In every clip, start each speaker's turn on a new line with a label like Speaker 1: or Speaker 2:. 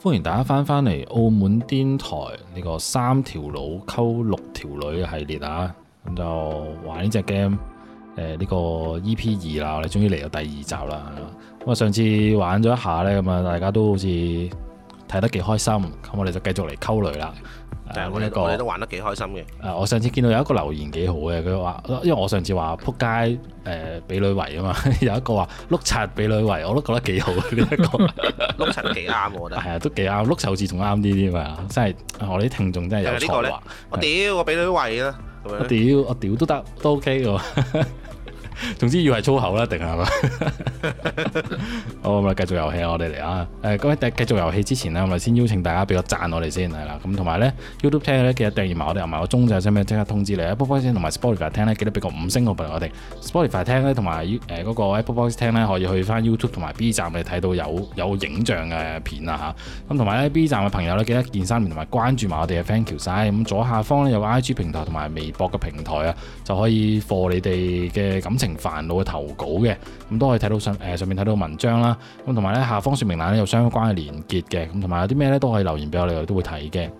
Speaker 1: 歡迎大家翻返嚟澳門電台呢個三條佬溝六條女嘅系列啊！咁就玩呢只 game，誒呢個 EP 二啦，我哋終於嚟到第二集啦。咁啊，上次玩咗一下呢，咁啊，大家都好似睇得幾開心，咁我哋就繼續嚟溝女啦。誒
Speaker 2: 但係我
Speaker 1: 啊呢一
Speaker 2: 哋
Speaker 1: 個
Speaker 2: 我哋都玩得幾開心嘅，
Speaker 1: 誒，我上次見到有一個留言幾好嘅，佢話，因為我上次話撲街誒俾女圍啊嘛， 有一個話碌柒俾女圍，我都覺得幾好啊呢一個。
Speaker 2: 碌柒幾啱我覺得。
Speaker 1: 係 啊，都幾啱，碌手指仲啱啲添啊！真係啊我哋啲聽眾真係有才
Speaker 2: 係呢
Speaker 1: 華。
Speaker 2: 我屌，我俾你喂啦，咁
Speaker 1: 我
Speaker 2: 樣
Speaker 1: 屌，我屌都得，都 OK 嘅喎。總之要係粗口啦，定係嘛？好咁啊，繼續遊戲啊我哋嚟啊！誒，咁喺繼續遊戲之前呢，我咪先邀請大家俾個讚我哋先係啦。咁同埋咧 YouTube 聽嘅咧，記得訂閱埋我哋，同埋個鐘仔聲咩即刻通知你。Apple Podcast 同埋 Spotify 聽咧，記得俾個五星好評我哋。Spotify 聽咧，同埋誒嗰個 Apple Podcast 聽咧，可以去翻 YouTube 同埋 B 站，你睇到有有影像嘅片啊嚇。咁同埋咧 B 站嘅朋友咧，記得一鍵三連同埋關注埋我哋嘅 Thank you 晒。咁左下方咧有個 IG 平台同埋微博嘅平台啊，就可以課你哋嘅感情煩惱嘅投稿嘅。咁都可以睇到上誒、呃上面睇到文章啦。咁同埋咧下方説明欄咧有相關嘅連結嘅。咁同埋有啲咩咧都可以留言俾我哋，我哋都會睇嘅。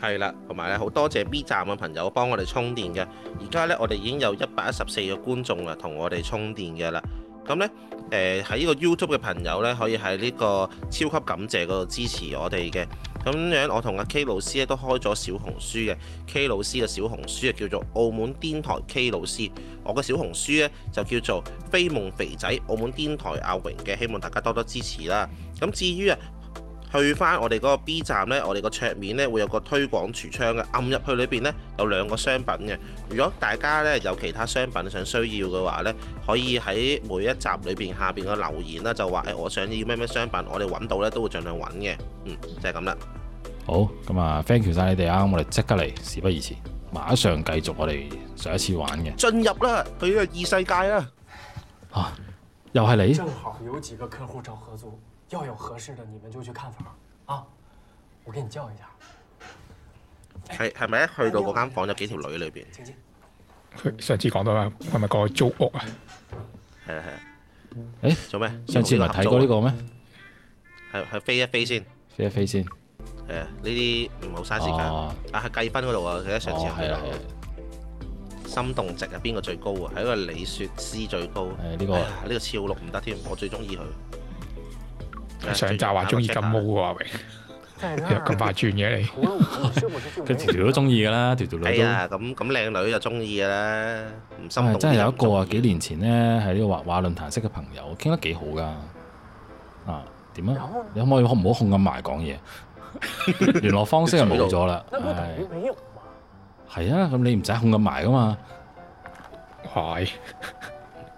Speaker 2: 係啦，同埋咧好多謝 B 站嘅朋友幫我哋充電嘅。而家咧我哋已經有一百一十四個觀眾啊，同我哋充電嘅啦。咁咧誒喺呢個 YouTube 嘅朋友咧，可以喺呢個超級感謝嗰度支持我哋嘅。咁樣我同阿 K 老師咧都開咗小紅書嘅，K 老師嘅小紅書就叫做澳門癲台 K 老師，我嘅小紅書咧就叫做飛夢肥仔澳門癲台阿榮嘅，希望大家多多支持啦。咁至於啊〜去翻我哋嗰個 B 站呢，我哋個桌面呢會有個推廣櫥窗嘅，暗入去裏邊呢有兩個商品嘅。如果大家呢有其他商品想需要嘅話呢，可以喺每一集裏邊下邊嘅留言啦，就話誒、我想要咩咩商品，我哋揾到呢都會盡量揾嘅。嗯，就係咁啦。
Speaker 1: 好，咁啊，thank you 晒你哋啊！咁我哋即刻嚟，事不宜遲，馬上繼續我哋上一次玩嘅。
Speaker 2: 進入啦，去呢個異世界啦。
Speaker 1: 啊，又係你？
Speaker 3: 正好有几个客户找合租，要有合适的你们就去看房啊！我给你叫一下，
Speaker 2: 係係咪一去到嗰間房有幾條女裏邊？
Speaker 3: 请进。
Speaker 4: 佢上次講到啊，係咪個租屋啊？
Speaker 2: 係啊係啊。
Speaker 1: 誒
Speaker 2: 做咩？
Speaker 1: 上次嚟睇過呢個咩？
Speaker 2: 個，係係飛一飛先。
Speaker 1: 飛一飛先。
Speaker 2: 係啊，呢啲唔好嘥時間。
Speaker 1: 哦，
Speaker 2: 啊，係計分嗰度啊，記得上次
Speaker 1: 哦，係啦，係啦，
Speaker 2: 心動值係邊個最高啊？係一個李雪詩最高。呢、
Speaker 1: 誒呢個
Speaker 2: 哎呀呢個超六唔得添，我最中意佢。
Speaker 4: 上集話中意金毛喎，阿榮，
Speaker 3: 在这
Speaker 4: 你又咁快
Speaker 3: 儿，
Speaker 4: 轉嘅你？
Speaker 3: 除了我，你是不是就
Speaker 1: 佢條
Speaker 3: 没
Speaker 1: 條都中意㗎啦，條條女
Speaker 2: 哎
Speaker 1: 都。
Speaker 2: 呀，咁咁靚女就中意㗎啦，唔心
Speaker 1: 啊
Speaker 2: 動
Speaker 1: 真係有一個啊，幾
Speaker 2: 幾
Speaker 1: 年前呢，喺呢個畫畫論壇識嘅朋友，傾得幾好㗎。啊，點
Speaker 3: 然
Speaker 1: 啊？
Speaker 3: 后呢
Speaker 1: 你可唔可以唔好控咁埋講嘢？聯絡方式係冇咗啦。
Speaker 3: 那不等于没有吗？
Speaker 1: 係係啊，咁你唔使控咁埋㗎嘛？
Speaker 4: 係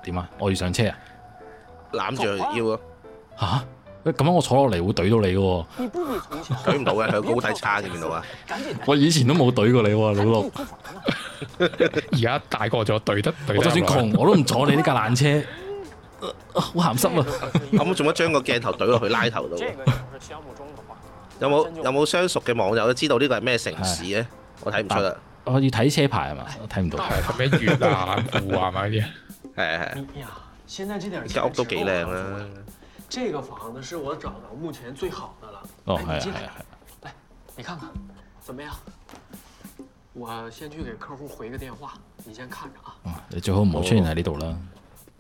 Speaker 1: 點啊？我要上車啊！
Speaker 2: 攬住佢條腰咯，
Speaker 1: 吓？喂咁樣我坐落嚟會懟到你嘅喎。
Speaker 3: 你不比从前
Speaker 2: 舉唔到嘅，佢高低差嘅見到啊。
Speaker 3: 赶紧的，
Speaker 1: 我以前都冇懟過你喎，老
Speaker 3: 赶
Speaker 1: 六
Speaker 3: 紧。租房了。
Speaker 4: 而家大個咗，對得對
Speaker 1: 我
Speaker 4: 得
Speaker 1: 就算
Speaker 4: 耐
Speaker 1: 窮，我都唔坐你呢架爛車。呃好鹹濕啊！
Speaker 2: 咁做乜將個鏡頭懟落去拉頭度？
Speaker 3: 这个要是项目中的话，
Speaker 2: 有冇有冇相熟嘅網友都知道呢個係咩城市咧？我睇唔出啦。
Speaker 1: 我要睇車牌係啊嘛？我睇唔到。
Speaker 4: 係咁咩月啊、褲啊咪啲，
Speaker 2: 係係
Speaker 3: 你哎呀，现在这点
Speaker 2: 係，
Speaker 3: 钱
Speaker 2: 間屋都幾靚
Speaker 3: 是够了
Speaker 2: 啦。
Speaker 3: 这个房子是我找到目前最好的了。
Speaker 1: 哦，
Speaker 3: 哎
Speaker 1: 係啊
Speaker 3: 你进
Speaker 1: 係
Speaker 3: 来哎
Speaker 1: 啊係啊。
Speaker 3: 你看看，怎么样？我先去给客户回个电话，你先看着啊。
Speaker 1: 嗯你最好唔好出現喺呢度啦。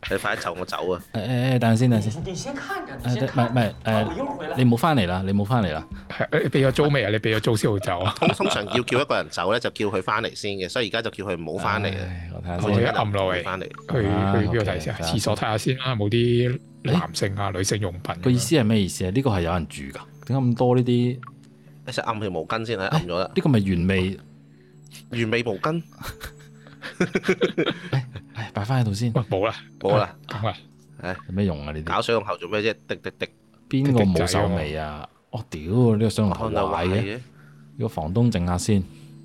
Speaker 2: 你快啲就我走啊！
Speaker 1: 誒誒誒，等陣先，等陣先。
Speaker 3: 你先看着，你
Speaker 1: 誒，
Speaker 3: 先
Speaker 1: 唔係
Speaker 3: 看
Speaker 1: 唔
Speaker 3: 着。
Speaker 1: 係
Speaker 3: 我一
Speaker 1: 誒，
Speaker 3: 会儿回来
Speaker 1: 哎你。冇翻嚟啦，你冇翻嚟啦。
Speaker 4: 係誒俾咗租未啊？你俾咗租先好走啊？
Speaker 2: 通通常要叫一個人走咧，就叫佢翻嚟先嘅，所以而家就叫佢唔好翻嚟啊。
Speaker 1: 唉我睇下
Speaker 4: 我而
Speaker 1: 先。
Speaker 4: 家暗落嚟，
Speaker 2: 翻嚟。
Speaker 4: 去去邊度睇先啊？
Speaker 1: 啊，OK，
Speaker 4: 廁所睇下先啦，有冇啲男性啊、女性用品咁樣？
Speaker 1: 個意思係咩意思啊？呢個係有人住㗎，點解咁多呢啲？
Speaker 2: 一隻暗條毛巾先啦，暗咗啦，
Speaker 1: 呢個咪原味？
Speaker 2: 原味毛巾
Speaker 1: 唉，擺翻喺度先，
Speaker 4: 喂冇啦，
Speaker 2: 冇啦，
Speaker 4: 咁啊，
Speaker 1: 有咩用啊？呢啲
Speaker 2: 搞水龍頭做咩啫？滴滴滴，
Speaker 1: 邊個冇手尾啊？我屌，呢個雙龍頭
Speaker 2: 看到
Speaker 1: 壞
Speaker 2: 哦壞
Speaker 1: 嘅，
Speaker 2: 嘅，
Speaker 1: 呢個房東整下先。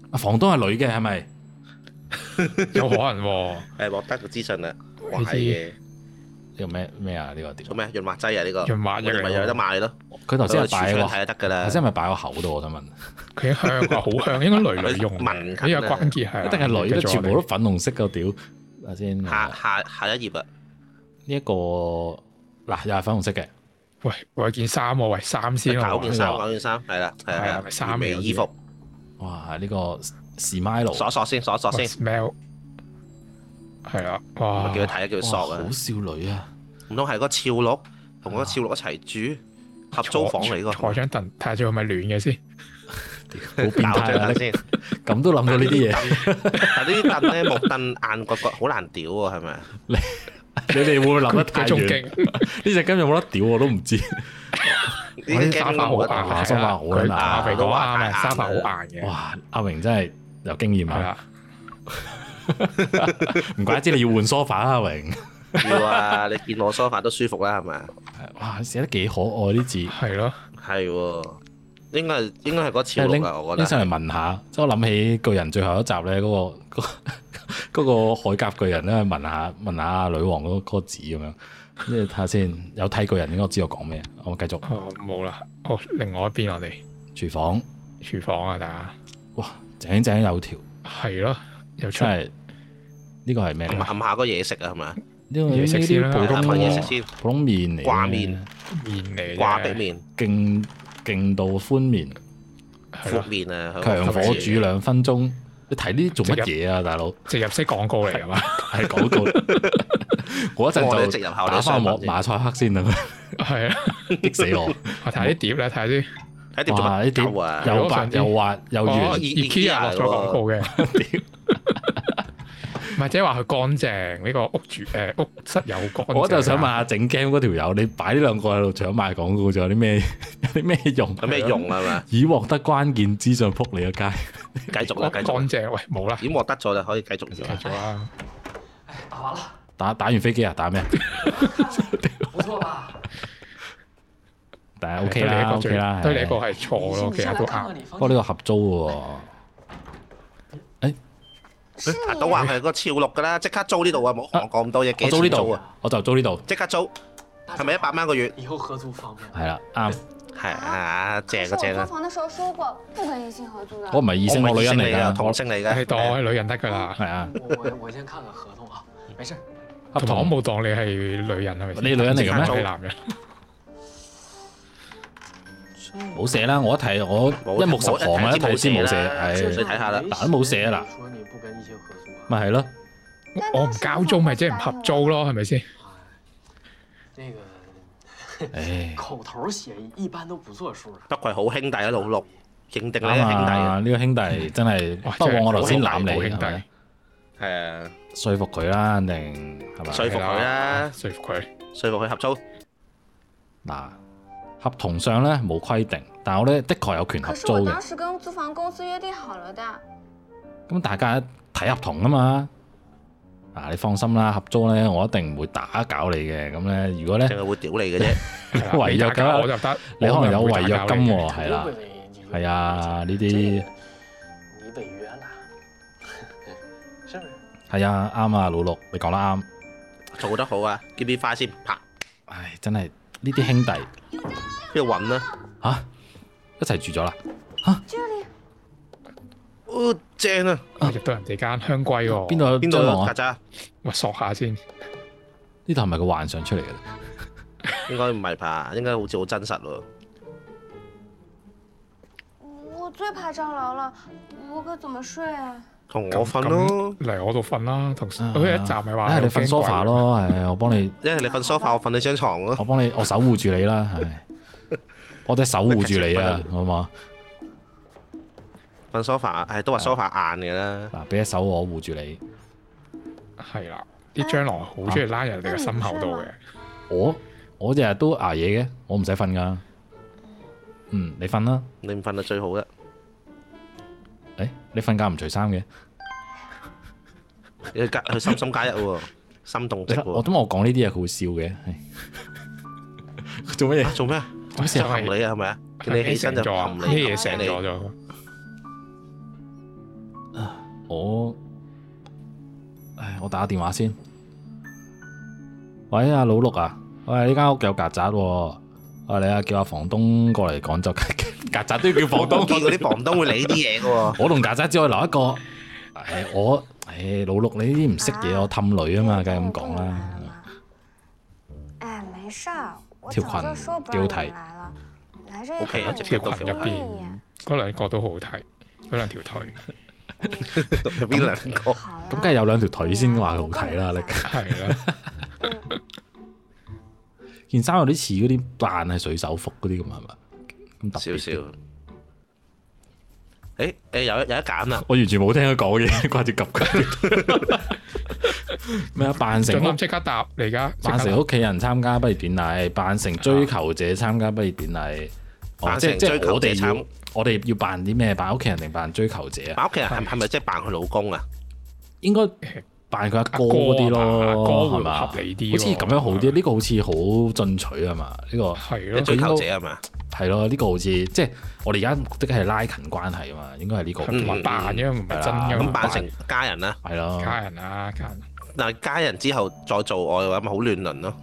Speaker 1: 啊，房東係女嘅係咪？
Speaker 4: 有可能喎。
Speaker 2: 誒獲得個資訊啦，壞
Speaker 4: 呢
Speaker 2: 嘅
Speaker 4: 啲，
Speaker 1: 呢個咩咩啊？呢個點
Speaker 2: 做？咩潤滑劑啊？呢個
Speaker 4: 潤滑
Speaker 2: 我
Speaker 4: 液嚟
Speaker 2: 哋
Speaker 4: 㗎
Speaker 2: 咪有得賣咯，
Speaker 1: 佢頭先係擺
Speaker 2: 喺
Speaker 1: 喎，
Speaker 2: 睇啊就得㗎
Speaker 1: 頭
Speaker 2: 啦，
Speaker 1: 先係咪擺個口度？我想問，一
Speaker 4: 佢香啊，好香，應該女女用嘅。
Speaker 2: 聞緊
Speaker 4: 呢個
Speaker 2: 啊
Speaker 4: 關鍵係
Speaker 1: 定係女嘅，
Speaker 4: 繼續
Speaker 1: 全
Speaker 4: 我
Speaker 1: 部
Speaker 4: 哋
Speaker 1: 都粉紅色嘅屌。睇下先，呢
Speaker 2: 下下下一頁啊，
Speaker 1: 一個嗱又係粉紅色嘅，
Speaker 4: 喂，我有件衫喎，喂，衫先啊，
Speaker 2: 搞件衫，
Speaker 1: 呢個
Speaker 2: 搞件衫，係啦，係啦
Speaker 4: 係
Speaker 2: 係
Speaker 4: 啊
Speaker 2: 啦，
Speaker 4: 衫
Speaker 2: 預備
Speaker 4: 嚟嘅
Speaker 2: 衣服，
Speaker 1: 哇！呢個啊史麥路
Speaker 2: 索索先，索索
Speaker 4: 喂
Speaker 2: 啊先，
Speaker 4: smell 係啦，
Speaker 2: 唔
Speaker 4: 哇
Speaker 2: 係，叫佢睇啊，叫佢索啊
Speaker 1: 好，少女啊！
Speaker 2: 唔通係嗰個俏鹿同嗰個俏鹿一齊住合租房嚟
Speaker 4: 坐
Speaker 2: 㗎？
Speaker 4: 坐張凳睇下仲係咪暖嘅先，
Speaker 1: 好變
Speaker 2: 搞
Speaker 1: 態
Speaker 2: 張
Speaker 1: 啊
Speaker 2: 凳！先，
Speaker 1: 咁都諗到呢 啲嘢，
Speaker 2: 但呢啲凳咧木凳硬骨骨，好難屌喎，係咪？
Speaker 1: 你哋會唔會
Speaker 2: 啊
Speaker 1: 諗得
Speaker 4: 佢
Speaker 1: 太
Speaker 4: 仲
Speaker 1: 遠？
Speaker 4: 勁，
Speaker 1: 呢只金有冇得屌我都唔知。
Speaker 2: 呢
Speaker 4: 我啲
Speaker 2: 啲 game
Speaker 4: 沙發
Speaker 2: 都
Speaker 4: 好
Speaker 2: 冇得
Speaker 4: 硬，
Speaker 2: 打
Speaker 1: 啊
Speaker 4: 係
Speaker 1: 沙發
Speaker 4: 啦
Speaker 1: 好撚
Speaker 4: 佢打
Speaker 2: 硬
Speaker 4: 鼻哥啱嘅，
Speaker 2: 硬啊
Speaker 4: 沙發好硬嘅，
Speaker 1: 哇！阿榮真係有經驗
Speaker 4: 係
Speaker 1: 啊！
Speaker 4: 啦，
Speaker 1: 唔怪之你要換 sofa 啊，阿榮。
Speaker 2: 要啊！你見我梳化都舒服啦，係咪？
Speaker 1: 哇！寫得幾可愛啲字。
Speaker 4: 係咯，
Speaker 2: 係喎，應該係應該係嗰個
Speaker 1: Ờ,
Speaker 2: 俏鹿啊，我覺
Speaker 1: 拎
Speaker 2: 得
Speaker 1: 上嚟問下，即係我諗起巨人最後一集咧，嗰、個嗰、個海甲巨人咧，問下問下阿女王嗰、個字咁樣，即係睇下先。有睇巨人應該知我講咩，我繼續
Speaker 4: 哦冇啦，哦另外一邊我哋
Speaker 1: 廚房，
Speaker 4: 廚房啊，大家
Speaker 1: 井井有條，
Speaker 4: 係咯，又出
Speaker 1: 真係呢個係咩嚟？
Speaker 2: 冚下個嘢食啊，係咪？
Speaker 1: 呢個
Speaker 4: 嘢食先啦
Speaker 1: 呢啲
Speaker 2: 冚
Speaker 1: 普
Speaker 2: 下
Speaker 1: 通
Speaker 2: 嘢食先，
Speaker 1: 普通面嚟，
Speaker 2: 掛啊面，
Speaker 4: 面嚟嘅啫
Speaker 2: 掛俾，面，
Speaker 1: 勁勁到寬面，
Speaker 4: 係
Speaker 2: 闊
Speaker 4: 咯，
Speaker 2: 面啊，係
Speaker 1: 強
Speaker 2: 咪
Speaker 1: 火煮兩分
Speaker 2: 啊
Speaker 1: 鐘。你睇呢啲做乜嘢啊，大佬？
Speaker 4: 植入式廣告嚟 㗎嘛，
Speaker 1: 係廣告。我一
Speaker 2: 我哋
Speaker 1: 陣
Speaker 2: 直
Speaker 1: 就
Speaker 2: 入口
Speaker 1: 打
Speaker 2: 你
Speaker 1: 翻馬
Speaker 2: 想問先
Speaker 1: 馬賽克先 啦，
Speaker 4: 係啊，
Speaker 1: 激死我！
Speaker 4: 我睇下啲碟咧，睇下啲。
Speaker 2: 睇碟做
Speaker 1: 哇！呢
Speaker 2: 乜
Speaker 1: 啲
Speaker 2: 鳩啊？
Speaker 1: 又白又滑又
Speaker 4: 哦
Speaker 1: 圓，
Speaker 2: E-
Speaker 4: IKEA
Speaker 2: IKEA
Speaker 4: 落咗廣 告嘅，
Speaker 1: 屌
Speaker 4: 唔係即係話佢乾淨呢個屋主誒屋室友乾淨啊。
Speaker 1: 我就想問下整 game 嗰條友，你擺呢兩個喺度搶賣廣告，仲有啲咩 有啲咩用？
Speaker 2: 有咩？用啊？係 咪？
Speaker 1: 已獲得關鍵資訊，撲你個街！
Speaker 2: 繼續
Speaker 4: 乾
Speaker 2: 啦，繼續啦
Speaker 4: 乾。淨，喂冇啦，
Speaker 2: 已經獲得咗就可以繼續
Speaker 4: 繼
Speaker 2: 用啦。
Speaker 4: 續啦，
Speaker 3: 哎，打完了，
Speaker 1: 打打完飛機啊？打咩？
Speaker 3: 不错吧？
Speaker 1: 但係 OK
Speaker 4: 對你一
Speaker 1: 啦
Speaker 4: 個最
Speaker 1: ，OK 啦。
Speaker 4: 對你一個
Speaker 1: 係
Speaker 4: 係錯
Speaker 3: 你信
Speaker 4: 咯，
Speaker 3: 不
Speaker 4: 其
Speaker 3: 信
Speaker 4: 實
Speaker 3: 来
Speaker 4: 都
Speaker 3: 看
Speaker 4: 啱
Speaker 3: 看。你房
Speaker 1: 不過呢
Speaker 3: 间？
Speaker 1: 個合租喎，
Speaker 2: 啊都話佢係個俏鹿㗎啦，即刻租呢度啊！冇講咁多嘢，
Speaker 1: 我
Speaker 2: 幾
Speaker 1: 租呢
Speaker 2: 錢租
Speaker 1: 度
Speaker 2: 啊？，
Speaker 1: 我就租呢度，
Speaker 2: 即刻租，
Speaker 3: 大家
Speaker 2: 係咪一百蚊一個月？
Speaker 3: 以后合租方便。
Speaker 1: 係啦，啊啱。
Speaker 2: 係啊，正
Speaker 5: 可是
Speaker 2: 啊
Speaker 5: 我
Speaker 2: 正
Speaker 5: 租
Speaker 2: 啊！
Speaker 5: 房的时候说过，不跟异性合租的。
Speaker 1: 我唔係異性，我
Speaker 2: 我
Speaker 1: 女人嚟
Speaker 2: 㗎，
Speaker 1: 㗎，
Speaker 2: 同
Speaker 1: 我
Speaker 2: 性嚟
Speaker 4: 你
Speaker 2: 㗎。
Speaker 4: 當我係女人得㗎啦，
Speaker 1: 係啊，
Speaker 3: 我我我先看看合同啊，没事儿。
Speaker 1: 合
Speaker 4: 同埋我
Speaker 1: 同
Speaker 4: 冇當你係女人係咪先？
Speaker 1: 你女人嚟嘅咩
Speaker 4: 我係男人，
Speaker 1: 冇寫啦。我一睇我一目十行啊，一睇先冇寫，
Speaker 2: 你
Speaker 1: 係
Speaker 2: 睇下啦，
Speaker 1: 嗱都冇寫啦
Speaker 3: 你说你不跟异性合租啊？
Speaker 1: 咪係咯？
Speaker 5: 但
Speaker 4: 我唔交租咪即係唔合租咯，係咪先？
Speaker 3: 那哎个
Speaker 1: 唉。
Speaker 3: 口头协议一般都不作数的。
Speaker 2: 不愧好兄弟啊，老六，認定你
Speaker 1: 啱
Speaker 2: 係兄弟啊。
Speaker 1: 啊！呢個兄弟真係
Speaker 4: 哇
Speaker 1: 不
Speaker 4: 真係
Speaker 1: 枉我頭先
Speaker 4: 好
Speaker 1: 攬
Speaker 4: 兄弟好
Speaker 1: 你，
Speaker 4: 兄弟
Speaker 1: 係咪
Speaker 2: 係啊，
Speaker 1: 說服佢啦，肯定係咪？
Speaker 2: 說服佢啦，
Speaker 4: 說服佢。
Speaker 2: 說服佢合租。
Speaker 1: 嗱，合同上咧冇規定，但我咧的確有權合
Speaker 5: 可是
Speaker 1: 租
Speaker 5: 我
Speaker 1: 嘅
Speaker 5: 当。时跟租房公司约定好了的，
Speaker 1: 咁大家睇合同啊嘛。嗱，你放心啦，合租咧我一定唔會打攪你嘅。咁咧，如果咧
Speaker 2: 淨係會屌你嘅啫。
Speaker 4: 係啦
Speaker 1: 違
Speaker 4: 你
Speaker 1: 約
Speaker 4: 打交
Speaker 1: 㗎
Speaker 4: 我就得，
Speaker 1: 你可能有違約金
Speaker 4: 我唔會打交你嘅
Speaker 1: 喎，係哦啦，係啊呢啲
Speaker 3: 你得约啦，是不是？
Speaker 1: 係啊，啱啊，老六，你講得啱。
Speaker 2: 做得好啊，見啲花先拍，
Speaker 1: 唉，真係呢啲兄弟
Speaker 2: 邊度揾啊？
Speaker 1: 嚇一齊住咗啦，
Speaker 5: 这里
Speaker 2: 哦，正啊！
Speaker 4: 入到人哋間香龜喎。
Speaker 1: 邊度有
Speaker 2: 哦邊度
Speaker 1: 蟑螂
Speaker 2: 有
Speaker 1: 啊
Speaker 2: 曱？甴？
Speaker 4: 喂，索下先，
Speaker 1: 呢度係咪佢幻想出嚟嘅？
Speaker 2: 應該唔係吧？應該好似好真實喎。
Speaker 5: 嗯我最怕蟑螂了，我可怎么睡啊？
Speaker 2: 同我瞓咯，
Speaker 4: 嚟我度瞓啦。同
Speaker 1: 啊
Speaker 4: 好似一集咪話
Speaker 1: 唉你
Speaker 4: 有
Speaker 1: 瞓
Speaker 4: 驚
Speaker 1: sofa
Speaker 4: 鬼
Speaker 1: 咯，係我幫你，
Speaker 2: 一係你瞓 sofa，我瞓你張床咯。
Speaker 1: 我幫你，我守護住你啦，係我隻手護住你啊
Speaker 2: 你，
Speaker 1: 好嘛？
Speaker 2: 瞓 sofa，係都話 sofa 硬嘅啦。
Speaker 1: 嗱，俾隻手我護住你，
Speaker 4: 係啦，啲蟑螂好
Speaker 2: 啊
Speaker 4: 中意拉人哋嘅心口度嘅，
Speaker 1: 我我日日都捱夜嘅，我唔使瞓噶。嗯，你瞓啦。
Speaker 2: 你唔瞓就最好啦。
Speaker 1: 誒，你瞓覺唔除衫嘅？
Speaker 2: 你去加去深深加一喎，心動
Speaker 1: 你
Speaker 2: 即
Speaker 1: 睇我
Speaker 2: 喎。
Speaker 1: 都我講呢啲嘢，佢會笑嘅。係做乜嘢
Speaker 2: 啊？做咩啊？
Speaker 4: 就
Speaker 1: 成
Speaker 2: 含你啊，係咪啊？見你起身就含
Speaker 4: 呢
Speaker 2: 你，
Speaker 4: 嘢醒咗咗，
Speaker 1: 我唉，哦哎我打電話先。喂，阿老六啊，喂，呢間屋有曱甴喎。啊，你啊，叫阿房東過嚟趕走 曱甴，都要叫房
Speaker 2: 我
Speaker 1: 東。
Speaker 2: 見嗰啲房東會理啲嘢嘅喎。
Speaker 1: 我同曱甴只可以留一個。唉，我唉，老六你呢啊
Speaker 2: 啊
Speaker 1: 啲唔識嘢，我氹女啊嘛，梗係咁講啦。。
Speaker 5: 哎，没事儿，我
Speaker 1: 條
Speaker 5: 早就
Speaker 1: 裙
Speaker 5: 说不
Speaker 1: 幾好
Speaker 5: 让你
Speaker 1: 睇
Speaker 5: 们来了，来这一
Speaker 2: OK，
Speaker 5: 趟
Speaker 2: 一直
Speaker 5: 你
Speaker 4: 條
Speaker 2: 都啊
Speaker 5: 们
Speaker 4: 裙
Speaker 2: 幾好
Speaker 4: 入
Speaker 5: 可
Speaker 2: 睇
Speaker 5: 以
Speaker 4: 邊嗰兩個都好睇，嗰兩條 腿
Speaker 2: 邊兩個？
Speaker 5: 好啦
Speaker 1: 咁梗係有兩條腿先話好睇
Speaker 2: 嗯
Speaker 1: 啦。你
Speaker 4: 係啦，
Speaker 1: 件衫有啲似嗰啲扮係水手服嗰啲咁係咪？咁特別
Speaker 2: 少
Speaker 1: 啲
Speaker 2: 少。誒誒，有有得揀啦！
Speaker 1: 我完全冇聽佢講嘢，掛住及佢。 咩啊？扮成
Speaker 4: 準諗即刻答你而家，即刻
Speaker 1: 扮成屋企人參加畢業典禮，扮成追求者參加畢業典禮。哦，
Speaker 2: 扮
Speaker 1: 即
Speaker 2: 成
Speaker 1: 係即係
Speaker 2: 追求
Speaker 1: 我
Speaker 2: 者
Speaker 1: 哋要
Speaker 2: 參
Speaker 1: 我哋要扮啲咩？扮屋企人定扮追求者啊？
Speaker 2: 扮屋企人係係咪即係扮佢老公啊？
Speaker 1: 應該扮佢阿哥
Speaker 4: 阿哥
Speaker 1: 嗰啲
Speaker 4: 阿
Speaker 1: 咯，
Speaker 4: 哥
Speaker 1: 係
Speaker 4: 會
Speaker 1: 嘛？
Speaker 4: 合理啲
Speaker 1: 好似
Speaker 4: 喎
Speaker 1: 咁樣好啲，呢個好似好進取啊嘛？呢個
Speaker 4: 係
Speaker 2: 即係
Speaker 4: 咯，
Speaker 2: 追求者係嘛？
Speaker 1: 係咯，呢個好似即係我哋而家目的係拉近關係啊嘛，應該係呢個
Speaker 4: 同埋扮嘅唔係真嘅，
Speaker 2: 嗯啊咁扮成家人啦，
Speaker 1: 係咯。
Speaker 4: 家人啊，家人
Speaker 2: 但係家人之後再做愛嘅話，咪好亂倫咯。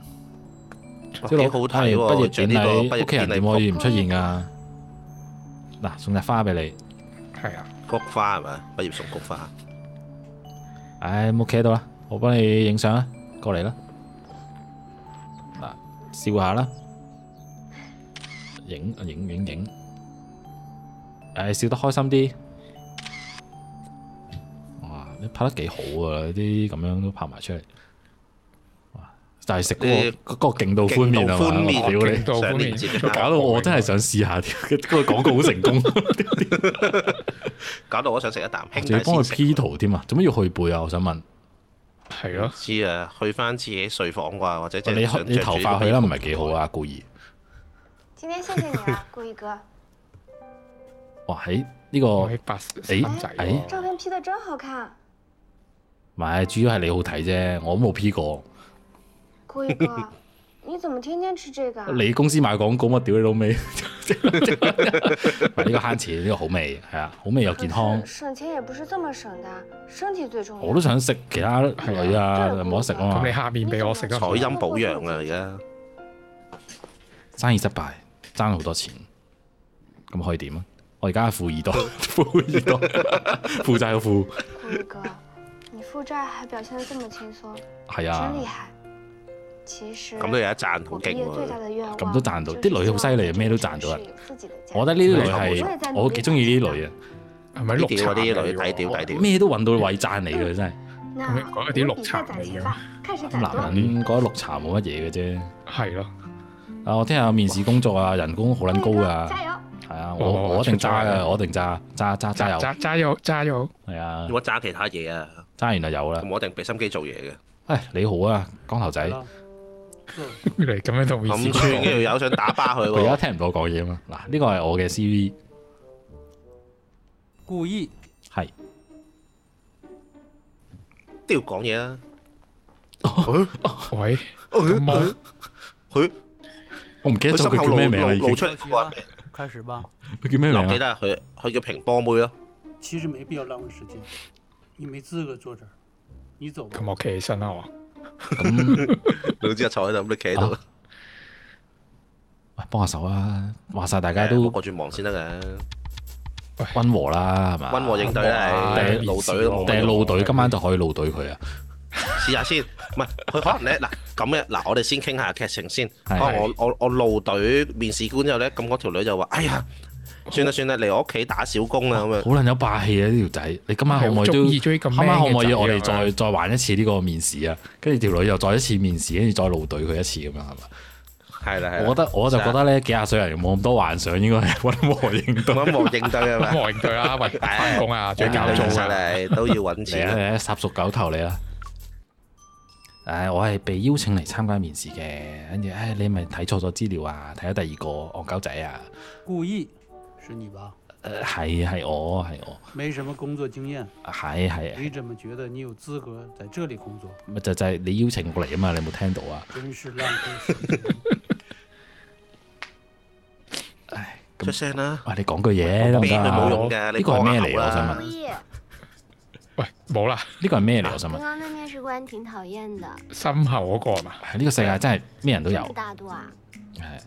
Speaker 2: 哇
Speaker 1: 即
Speaker 2: 幾
Speaker 1: 係
Speaker 2: 好睇喎！
Speaker 1: 畢業
Speaker 2: 最
Speaker 1: 典
Speaker 2: 呢個
Speaker 1: 禮，
Speaker 2: 畢業
Speaker 1: 屋企人
Speaker 2: 典
Speaker 1: 點
Speaker 2: 禮
Speaker 1: 可以唔出現噶？嗱，送隻花俾你，
Speaker 4: 係啊，
Speaker 2: 菊花係嘛？畢業送菊花，
Speaker 1: 唉，冇企喺度啦，我幫你影相啊，過嚟啦，嗱，笑下啦，影影影影，唉，笑得開心啲，哇，你拍得幾好啊，啲咁樣都拍埋出嚟，哇，就係食嗰個嗰個勁到寬面啊嘛，
Speaker 2: 勁到寬面
Speaker 1: 我屌你
Speaker 4: 勁！到
Speaker 2: 上
Speaker 4: 歡
Speaker 2: 年
Speaker 4: 面
Speaker 2: 節目
Speaker 1: 搞到我真係想試下 添，嗰個廣告好成功，
Speaker 2: 搞到我想食一啖。兄弟
Speaker 1: 仲要幫
Speaker 2: 先
Speaker 1: 佢 P
Speaker 2: 食。
Speaker 1: 圖添啊！做乜要去背啊？我想問，
Speaker 4: 係咯，
Speaker 2: 知啊，去翻自己睡房啩，或者即係
Speaker 1: 你
Speaker 2: 想
Speaker 1: 你
Speaker 2: 着住
Speaker 1: 頭
Speaker 2: 呢
Speaker 1: 髮
Speaker 2: 個
Speaker 1: 去啦，
Speaker 2: 衣
Speaker 1: 唔
Speaker 2: 服
Speaker 1: 係幾好啊，故意。
Speaker 5: 今天谢谢你啊，顾一 哥，
Speaker 1: 哇！喺呢個
Speaker 4: 我
Speaker 2: 哦
Speaker 1: 唔
Speaker 4: 喺八十仔喎，
Speaker 1: 誒
Speaker 2: 哎
Speaker 5: 照片 P 的真好看，
Speaker 1: 係，主要係你好睇啫，我都冇 P 過。
Speaker 5: 顾 一哥，你怎么天天吃这个啊？
Speaker 1: 你公司賣廣告我屌你老味！ 喂呢個慳錢，呢個好味，係啊，好味又健康
Speaker 5: 可。是省钱也不是这么省的，身体最重要。
Speaker 1: 我都想食其他女啊，
Speaker 5: 啊係啊
Speaker 1: 冇得食啊
Speaker 4: 咁你
Speaker 1: 嘛。
Speaker 4: 下面俾我食
Speaker 2: 彩
Speaker 4: 咯，
Speaker 2: 音保養啊，而家
Speaker 1: 生意失敗，爭好多錢，咁可以點啊？我而家係富二代，富二代，負債嘅負，
Speaker 5: 顾一哥，你负债还表现得这么轻松，
Speaker 1: 係啊
Speaker 5: 真。厉害。其实
Speaker 2: 咁都有一賺，好
Speaker 5: 我
Speaker 2: 勁
Speaker 5: 畢業最大
Speaker 2: 喎！
Speaker 5: 的愿望
Speaker 1: 咁都賺到
Speaker 5: 就是
Speaker 1: 啲女
Speaker 5: 希
Speaker 1: 好
Speaker 5: 望
Speaker 1: 犀利
Speaker 5: 在
Speaker 1: 咩都
Speaker 5: 這個
Speaker 1: 賺
Speaker 5: 城
Speaker 1: 到
Speaker 5: 市
Speaker 1: 啊
Speaker 5: 有自己的家
Speaker 1: 我覺得呢啲女
Speaker 5: 我都係
Speaker 1: 係
Speaker 5: 贊，同
Speaker 1: 我幾中意呢啲女啊，
Speaker 4: 係咪綠茶
Speaker 2: 呢啲女
Speaker 4: 嚟
Speaker 2: 抵
Speaker 4: 喎
Speaker 2: 屌抵屌
Speaker 1: 咩都揾到位讚你嘅真係。
Speaker 5: 那
Speaker 4: 咁你講一啲
Speaker 5: 我
Speaker 4: 綠
Speaker 5: 們比
Speaker 4: 茶
Speaker 5: 賽攒
Speaker 4: 嚟
Speaker 5: 錢
Speaker 4: 嘅
Speaker 5: 吧，看谁攒多。
Speaker 1: 男人覺得綠茶冇乜嘢嘅啫。
Speaker 4: 係咯，
Speaker 1: 啊，我聽下面試工作啊，人工好撚高
Speaker 5: 顧一哥
Speaker 1: 㗎，
Speaker 5: 加油！
Speaker 1: 係啊，
Speaker 4: 哦
Speaker 1: 我我一定揸
Speaker 4: 出咗
Speaker 1: 㗎，
Speaker 4: 嚟
Speaker 1: 我一定揸，揸揸揸
Speaker 4: 揸
Speaker 1: 有，
Speaker 4: 揸揸油揸油，
Speaker 1: 係啊
Speaker 2: 如，果揸其他嘢啊，
Speaker 1: 揸完就有啦
Speaker 2: 咁。我一定俾心機做嘢嘅。
Speaker 1: 唉，你好啊，光頭仔，
Speaker 4: 你咁樣同面
Speaker 2: 咁
Speaker 4: 試
Speaker 2: 串跟住有想打巴佢
Speaker 1: 佢而家
Speaker 2: 喎，
Speaker 1: 聽唔到我講嘢啊嘛。嗱，呢個係我嘅 CV，
Speaker 6: 故意
Speaker 1: 係
Speaker 2: 都要講嘢啦。
Speaker 4: 喂，咁我
Speaker 2: 佢
Speaker 1: 我唔記
Speaker 2: 佢
Speaker 1: 得咗
Speaker 2: 心
Speaker 1: 佢
Speaker 2: 口
Speaker 1: 叫咩名啦，已
Speaker 2: 露露
Speaker 1: 經
Speaker 2: 露。出嚟，
Speaker 6: 开始吧。
Speaker 1: 佢叫咩
Speaker 2: 我記
Speaker 1: 名啊？
Speaker 2: 得係佢佢叫平波妹咯。
Speaker 6: 其实没必要浪费时间，你没资格坐这儿，你走吧
Speaker 4: 咁。我企起身啦，我
Speaker 1: 咁
Speaker 2: 老子就坐喺度，咁你企喺度，
Speaker 1: 喂，幫下手啊！話晒大家都
Speaker 2: 過住忙先得嘅。
Speaker 1: 温和啦，係嘛？
Speaker 2: 温和應對啦，
Speaker 1: 定
Speaker 2: 係
Speaker 1: 係
Speaker 2: 路隊都
Speaker 1: 定
Speaker 2: 冇
Speaker 1: 係
Speaker 2: 乜用
Speaker 1: 路隊今晚就可以路隊佢啊！
Speaker 2: 試下先，唔係 佢可能咧嗱咁嘅嗱，我哋先傾下劇情先。可
Speaker 1: 係
Speaker 2: 能我我我路隊面試官之後咧，咁嗰條女就話：哎呀，算啦算啦，嚟我屋企打小工啦咁樣。
Speaker 1: 好撚有霸氣啊！呢條仔，你今晚可唔可以
Speaker 4: 係好
Speaker 1: 都？
Speaker 4: 中意追咁
Speaker 1: 今晚可唔可以
Speaker 4: man 嘅仔啊
Speaker 1: 我哋再再玩一次呢個面試啊？跟住條女又再一次面試，跟住再路隊佢一次咁樣係咪？
Speaker 2: 係啊啦係啦。
Speaker 1: 我覺得我就覺得咧，幾廿歲人冇咁多幻想，應該係温和應對。
Speaker 2: 咁啊冇應對係
Speaker 4: 咁
Speaker 2: 咪？
Speaker 4: 我應對啦，喂，翻工啊，最
Speaker 2: 最搞
Speaker 4: 搞
Speaker 1: 搞
Speaker 4: 做
Speaker 2: 做
Speaker 4: 啊，
Speaker 2: 晒你都要揾
Speaker 1: 嚟啊
Speaker 2: 錢。
Speaker 1: 嚟啊，插熟狗頭你啦！唉，我係被邀請嚟參加面試嘅，跟住唉，你咪睇錯咗資料啊，睇咗第二個戇狗仔啊！
Speaker 6: 故意是你吧？
Speaker 1: 誒係係我係我
Speaker 6: 没什么工作经验，
Speaker 1: 係係，
Speaker 6: 你怎么觉得你有资格在这里工作？
Speaker 1: 咪就就係你邀請我嚟啊嘛，你有冇聽到啊？
Speaker 6: 真是浪费时间。
Speaker 1: 唉，
Speaker 2: 出
Speaker 1: 咁
Speaker 2: 聲啦！
Speaker 1: 喂，你講句嘢得唔
Speaker 2: 啤
Speaker 1: 得
Speaker 2: 佢
Speaker 1: 啊
Speaker 2: 冇用㗎，你
Speaker 1: 呢個係咩嚟
Speaker 2: 講
Speaker 1: 啊？我
Speaker 2: 下
Speaker 1: 想問
Speaker 2: 口啦，
Speaker 5: 故意，
Speaker 4: 喂，冇啦，
Speaker 1: 呢個係咩嚟？啊我想問
Speaker 5: 刚。刚那面试官挺讨厌的，
Speaker 4: 心後嗰個係嘛，
Speaker 1: 呢個世界真係咩人都有，
Speaker 5: 大度啊，
Speaker 1: 係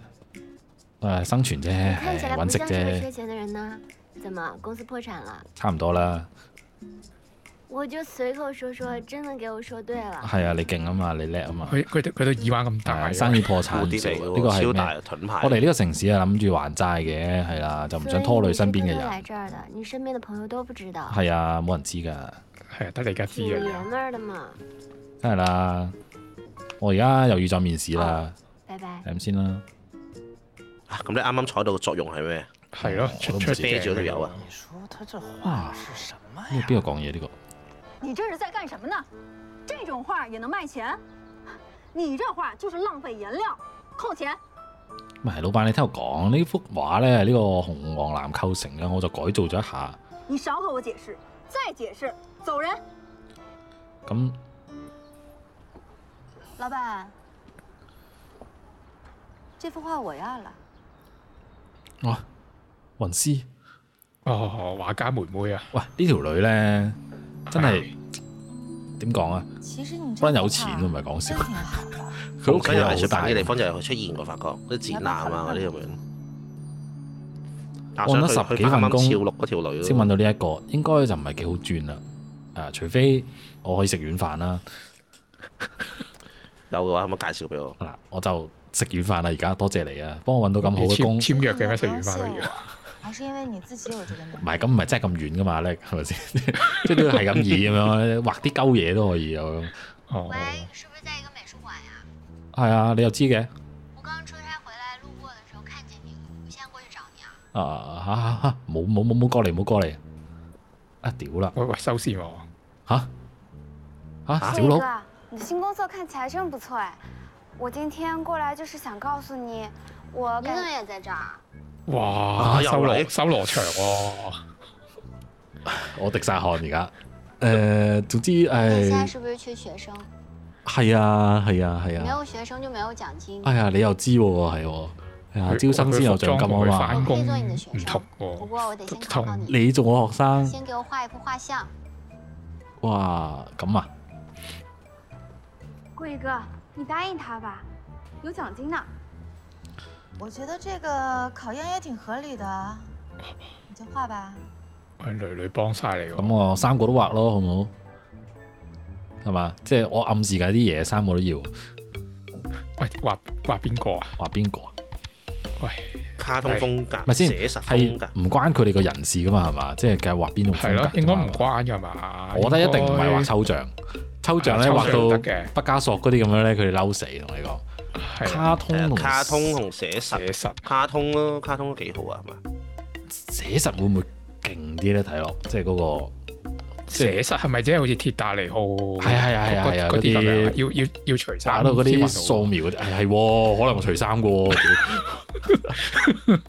Speaker 1: 誒生存啫，
Speaker 5: 看起
Speaker 1: 係
Speaker 5: 来不
Speaker 1: 揾食
Speaker 5: 像是个缺
Speaker 1: 啫，
Speaker 5: 钱的人呢。怎么，公司破产了？
Speaker 1: 差唔多啦。
Speaker 5: 我就随口说说，真的给我说对了。
Speaker 1: 係啊，你勁啊嘛，你叻啊嘛，
Speaker 4: 佢佢佢對耳環咁
Speaker 1: 係啊
Speaker 4: 大，
Speaker 1: 生意破產
Speaker 2: 好啲
Speaker 1: 啫
Speaker 2: 嚟
Speaker 1: 呢
Speaker 2: 嘅
Speaker 1: 個
Speaker 2: 喎，
Speaker 1: 係
Speaker 2: 超
Speaker 1: 咩
Speaker 2: 大？盾牌。
Speaker 1: 我哋呢個城市係諗住還債嘅，係啦，就唔想拖累身邊嘅
Speaker 5: 所以你是偷偷来
Speaker 1: 人。
Speaker 5: 这儿的，你身边的朋友都不知道，
Speaker 1: 係啊，冇人知㗎，
Speaker 4: 係啊，得你而家知
Speaker 5: 挺爷
Speaker 4: 嘅。
Speaker 5: 们儿的嘛。
Speaker 1: 梗係啦。我而家又要再面試啦，
Speaker 5: 拜拜。
Speaker 1: 係咁先啦。
Speaker 2: 啊咁你啱啱坐到嘅作用係咩？
Speaker 4: 係咯，
Speaker 1: 我都
Speaker 4: 出
Speaker 1: 唔
Speaker 4: 出
Speaker 1: 知
Speaker 2: 啤酒都有啊！
Speaker 7: 你说他这
Speaker 1: 哇
Speaker 7: 话是什么
Speaker 1: 呢
Speaker 7: 呀？
Speaker 1: 個邊個講嘢呢個？
Speaker 8: 你这是在干什么呢？这种画也能卖钱？你这画就是浪费颜料，扣钱。
Speaker 1: 唔係，老闆，你聽我講呢幅畫咧，呢、個紅黃藍構成嘅，我就改造咗一下。
Speaker 8: 你少和我解釋，再解釋走人。
Speaker 1: 咁
Speaker 8: 老板，
Speaker 5: 这幅画我要了。
Speaker 1: 哇，雲絲，
Speaker 4: 哦，畫家妹妹啊，
Speaker 1: 喂，呢條女咧真
Speaker 4: 哎
Speaker 1: 係
Speaker 4: Ờ,
Speaker 1: 點講啊？
Speaker 7: 其实你
Speaker 1: 忽然有錢
Speaker 7: 钱
Speaker 1: 啊，唔係講笑
Speaker 7: 真。挺好的。
Speaker 1: 佢屋
Speaker 2: 所
Speaker 1: 企
Speaker 2: 以
Speaker 1: 又
Speaker 2: 藝
Speaker 1: 好
Speaker 2: 術
Speaker 1: 大
Speaker 2: 版嘅地方就係佢出現我發覺啲展覽啊嗰啲咁樣。
Speaker 1: 按
Speaker 2: 按
Speaker 1: 咗十幾份工
Speaker 2: 超六嗰條女咯
Speaker 1: 先揾到呢、一個，應該就唔係幾好轉啦。啊，除非我可以食軟飯啦。
Speaker 2: 有嘅話，可唔可以介紹俾我？
Speaker 1: 嗱，我就食軟飯啦，而家多謝你啊，幫我揾到咁好嘅工。
Speaker 4: 簽
Speaker 1: 唔
Speaker 4: 簽約
Speaker 7: 你
Speaker 4: 嘅咩？食完
Speaker 7: 不
Speaker 4: 飯
Speaker 7: 要
Speaker 4: 都
Speaker 7: 谢
Speaker 4: 要。
Speaker 7: 我，而是因为你自己有这个能力。
Speaker 1: 係咁，唔係真係咁遠噶嘛，叻 係咪先？即係都要係咁易咁樣畫啲鳩嘢都可以有。
Speaker 4: 哦，
Speaker 5: 喂，是不是在一个美术馆呀、
Speaker 1: 係啊，你又知嘅。
Speaker 5: 我刚出差回来，路过的时候看见你，我现在过去找你啊。
Speaker 1: 啊嚇嚇嚇！冇冇冇冇過嚟冇過嚟！啊屌啦
Speaker 4: 喂喂，收線喎！
Speaker 1: 嚇嚇
Speaker 5: 这
Speaker 1: 小佬
Speaker 5: 个啊，你的新工作看起来真不错哎。我今天过来就是想告诉你，我你怎么也在这儿？啊
Speaker 4: 哇，
Speaker 2: 又
Speaker 4: 修羅
Speaker 2: 嚟
Speaker 4: 修羅場喎！
Speaker 1: 我滴晒汗而家。誒，總之誒，
Speaker 5: 是不是缺学生？
Speaker 1: 係啊係啊係啊！
Speaker 5: 学生就没有奖金
Speaker 1: 哎呀，你又知喎係喎，係啊，
Speaker 4: 佢
Speaker 1: 招生先有
Speaker 4: 佢服
Speaker 1: 獎
Speaker 4: 裝同
Speaker 1: 金
Speaker 4: 佢
Speaker 1: 啊
Speaker 4: 返
Speaker 1: 嘛。
Speaker 4: 工
Speaker 5: 我可以做你的學
Speaker 4: 唔
Speaker 5: 生
Speaker 4: 同喎，
Speaker 5: 过我得
Speaker 4: 先考考你，
Speaker 1: 你做我學生，
Speaker 5: 先给我画一幅画像。
Speaker 1: 哇咁啊！
Speaker 5: 顾一哥，你答应他吧，有奖金呢。
Speaker 7: 我觉得这个考验也挺合理的，你就画吧。
Speaker 4: 喂女女幫晒你
Speaker 1: 咁
Speaker 4: 喎。
Speaker 1: 我三個都畫咯，好唔好？係嘛？即係我暗示緊啲嘢，三個都要畫
Speaker 4: 喂，畫畫邊個啊？
Speaker 1: 邊個啊？
Speaker 4: 喂，
Speaker 2: 卡通風格，
Speaker 1: 咪先
Speaker 2: 寫實
Speaker 1: 係
Speaker 2: 風格。
Speaker 1: 唔關佢哋個人事噶嘛？係嘛？即係計畫邊種風
Speaker 4: 係
Speaker 1: 格
Speaker 4: 咯，
Speaker 1: 啫
Speaker 4: 應該
Speaker 1: 嘛
Speaker 4: 唔關㗎嘛。
Speaker 1: 我覺得一定唔係畫抽
Speaker 4: 抽，
Speaker 1: 象，抽象咧
Speaker 4: 啊抽象
Speaker 1: 畫
Speaker 4: 得
Speaker 1: 到
Speaker 4: 嘅
Speaker 1: 畢加索嗰啲咁樣咧，佢哋嬲死同你講。
Speaker 4: 係啊
Speaker 1: 卡通同
Speaker 2: 卡通同寫實，
Speaker 4: 寫實。
Speaker 2: 卡通咯，卡通都幾好啊，係嘛？
Speaker 1: 寫實會唔會勁啲咧？睇落即係嗰個即係
Speaker 4: 寫實係咪即係好似鐵達尼號？
Speaker 1: 係係係係係
Speaker 4: 嗰嗰啲咁樣
Speaker 1: 啊嗰啲
Speaker 4: 要要要除衫
Speaker 1: 打到嗰啲
Speaker 4: 先
Speaker 1: 素描嗰啲，哎係係喎可能我除衫嘅喎，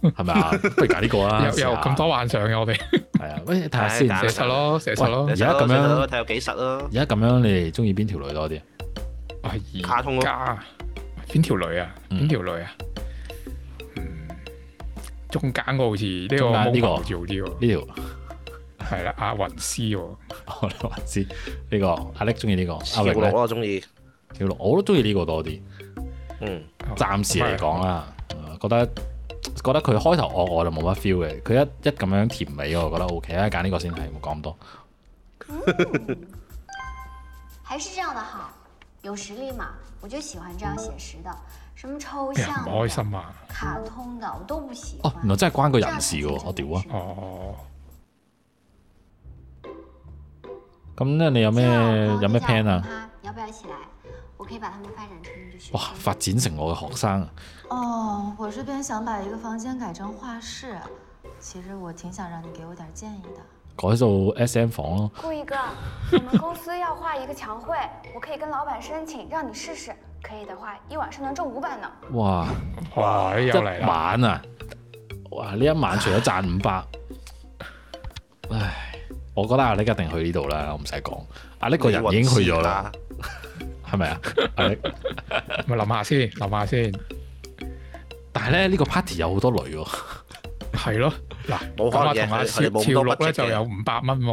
Speaker 1: 屌係咪啊？不如揀呢個啦，
Speaker 4: 有有咁多幻想 嘅我哋
Speaker 1: 係啊？喂，睇下先。
Speaker 2: 唉
Speaker 4: 寫實咯，寫實咯
Speaker 1: 啊喂。而家咁樣
Speaker 2: 寫實咯睇有幾實咯
Speaker 1: 而。家咁樣，你哋中意邊條女多啲？
Speaker 4: 係
Speaker 2: 卡通咯
Speaker 4: 家邊條女啊？
Speaker 1: 嗯
Speaker 4: 邊條女啊？嗯中間嗰個好似呢個
Speaker 1: 中間呢個
Speaker 4: moment 好似好啲喎，
Speaker 1: 呢條
Speaker 4: 係啦，阿雲絲喎，
Speaker 1: 我都話知呢個阿力中意呢個，
Speaker 2: 小
Speaker 1: 阿
Speaker 2: 六
Speaker 1: 榮咧
Speaker 2: 咯，我中意。
Speaker 1: 小六我都中意呢個多啲。
Speaker 2: 嗯，
Speaker 1: 暫時嚟講啦，呃覺得覺得佢開頭惡我就冇乜 feel 嘅，佢一一咁樣甜美我覺得 OK 啊，揀呢個先係，冇講咁多。
Speaker 5: 还是这样的好，有实力嘛，我就喜欢这样写实的，什么抽
Speaker 4: 哎呀唔
Speaker 5: 象
Speaker 4: 开
Speaker 5: 的、
Speaker 4: 心啊！
Speaker 5: 卡通的，我都不喜
Speaker 1: 哦
Speaker 5: 欢，。
Speaker 1: 原來真係關個
Speaker 5: 这样
Speaker 1: 人事嘅
Speaker 5: 才是
Speaker 1: 喎，我屌
Speaker 5: 真的
Speaker 1: 啊
Speaker 5: 是！
Speaker 4: 哦，
Speaker 1: 咁咧你有咩
Speaker 5: 这样
Speaker 1: 有咩
Speaker 5: 我要
Speaker 1: plan
Speaker 5: 叫
Speaker 1: 啊？
Speaker 5: 他？你要不要一起来？我可以把他们发展成一个学
Speaker 1: 哇，
Speaker 5: 生
Speaker 1: 發展成我嘅學生啊！
Speaker 7: 哦，我这边想把一个房间改成画室，其实我挺想让你给我点建议的。
Speaker 1: 改做 SM 房咯，
Speaker 5: 顾一哥，我们公司要画一个墙绘，我可以跟老板申请，让你试试。可以的话，一晚上能挣五百呢。
Speaker 1: 哇，
Speaker 4: 哇，哦哎又
Speaker 1: 一
Speaker 4: 嚟啦！
Speaker 1: 晚啊，哇，呢一晚除咗賺五百，唉，我覺得阿力一定去呢度啦，我唔使講，阿力個人已經去咗啦，。係咪啊？阿力，
Speaker 4: 咪諗下先，諗下先，
Speaker 1: 但係咧呢個 party 有好多女喎。
Speaker 4: 係咯，嗱，
Speaker 2: 冇
Speaker 4: 咁
Speaker 2: 可能
Speaker 4: 啊
Speaker 2: 嘅
Speaker 4: 同阿
Speaker 2: 佢
Speaker 4: 少
Speaker 2: 哋冇咁
Speaker 4: 少
Speaker 2: 多
Speaker 4: 六
Speaker 2: budget
Speaker 4: 咧
Speaker 2: 嘅
Speaker 4: 就有五百蚊喎，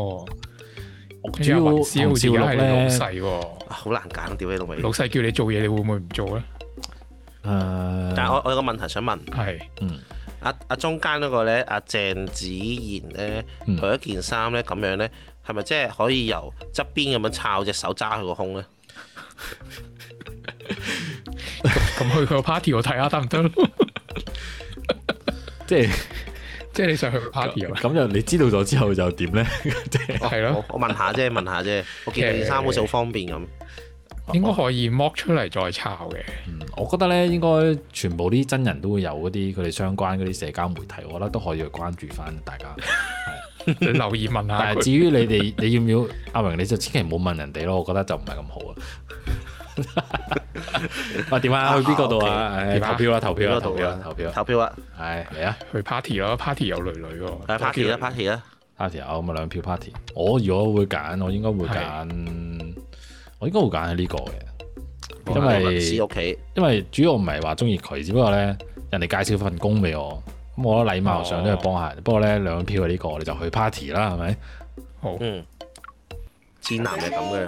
Speaker 1: 我
Speaker 4: 跟
Speaker 1: 主
Speaker 4: 住
Speaker 1: 要
Speaker 4: 阿雲
Speaker 1: 同
Speaker 4: 絲好似
Speaker 1: 少
Speaker 4: 而
Speaker 1: 六
Speaker 4: 家係你老
Speaker 1: 咧，誒、
Speaker 4: 細喎，
Speaker 2: 啊好難揀，屌你老味
Speaker 4: 老。細 叫你做嘢，你會唔會唔做咧？
Speaker 1: 呃
Speaker 2: 但係我我有個問題想問，
Speaker 4: 係，
Speaker 1: 嗯，
Speaker 2: 阿阿中間嗰個咧，阿鄭子賢咧，
Speaker 1: 嗯
Speaker 2: 佢一件衫咧咁樣咧，係咪即係可以由側邊咁樣抄隻手揸佢個胸咧？
Speaker 4: 咁去佢個 party 我睇下得唔得咯？
Speaker 1: 即係
Speaker 4: 即係你想去個 party 啊？
Speaker 1: 咁就你知道咗之後就點咧？即 係
Speaker 4: 係咯
Speaker 2: 我，我問下啫，問下啫。我見佢件衫好似好方便咁。
Speaker 4: 應該可以剝出嚟再抄嘅。
Speaker 1: 嗯 我覺得咧，應該全部啲真人都會有嗰啲佢哋相關嗰啲社交媒體，我覺得都可以去關注翻大家。
Speaker 4: 你留意問下
Speaker 1: 但係
Speaker 4: 啊佢。
Speaker 1: 至於你哋， 你要唔要阿榮，你就千祈唔好問人哋咯，我覺得就唔係咁好啊。 喂，點啊？去邊個度啊？唉
Speaker 4: 點啊
Speaker 1: 投票啦！投票啦！
Speaker 2: 邊個度
Speaker 1: 投票啦
Speaker 2: 啊！
Speaker 1: 投票啦！
Speaker 2: 投票啊，
Speaker 1: 係嚟啊
Speaker 4: 去 party 咯，party 有女女喎。
Speaker 2: 係 party 啦
Speaker 4: 有
Speaker 2: ，party 啦。
Speaker 1: ！party 啊，我咪兩票 party。我如果會揀，我應該會揀，我應該會揀係呢個嘅，因
Speaker 2: 文
Speaker 1: 為
Speaker 2: 思屋企
Speaker 1: 因為主要唔係話中意佢，只不過咧人哋介紹份工俾我，咁我覺得禮貌上都係幫下人。不過咧兩票係呢、個，我哋就去 party 啦，係咪？
Speaker 4: 好，
Speaker 2: 嗯，賤男係咁嘅，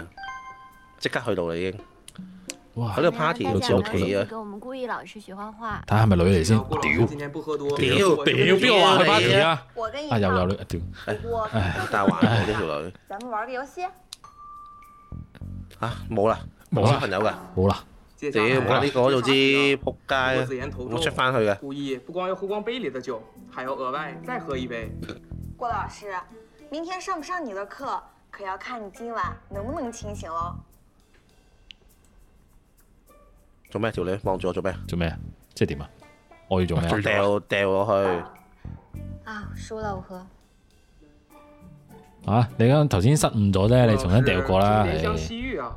Speaker 2: 即刻去到啦已經。
Speaker 1: 哇
Speaker 2: 佢！呢個 party 好似屋企啊。
Speaker 9: 给我们故意老师学画画，
Speaker 1: 睇下係咪女嚟先？
Speaker 3: 要顾老师
Speaker 1: 屌
Speaker 3: 今天不喝多。
Speaker 2: 屌
Speaker 3: 我
Speaker 2: 屌
Speaker 1: 屌！邊個話去 party 啊？
Speaker 8: 我跟
Speaker 5: 哎
Speaker 1: 啊又有女啊屌！
Speaker 8: 我
Speaker 2: 但係玩我呢條女
Speaker 8: 咱们玩个游戏。
Speaker 2: 啊，冇啦，
Speaker 4: 冇
Speaker 2: 小
Speaker 4: 啦
Speaker 2: 朋友㗎。
Speaker 1: 好啦，
Speaker 3: 接
Speaker 2: 屌
Speaker 3: 下来
Speaker 2: 玩呢個我就知，仆街
Speaker 3: 我
Speaker 2: 啊
Speaker 3: 自！言投
Speaker 2: 我出
Speaker 3: 中，
Speaker 2: 翻去嘅。
Speaker 3: 故意不光要喝光杯里的酒，还要额外再喝一杯。
Speaker 5: 郭老师，明天上不上你的课，可要看你今晚能不能清醒哦喽。
Speaker 2: 做咩條女望住我做咩？
Speaker 1: 做咩啊？即係點啊？我要做咩啊？
Speaker 4: 最
Speaker 2: 掉掉我去。
Speaker 7: 啊，输了我喝。
Speaker 1: 啊！你啱頭先失誤咗
Speaker 2: 啊
Speaker 1: 哎啫，你重新掉過啦。哎
Speaker 3: 怜香
Speaker 1: 唉
Speaker 3: 惜玉啊，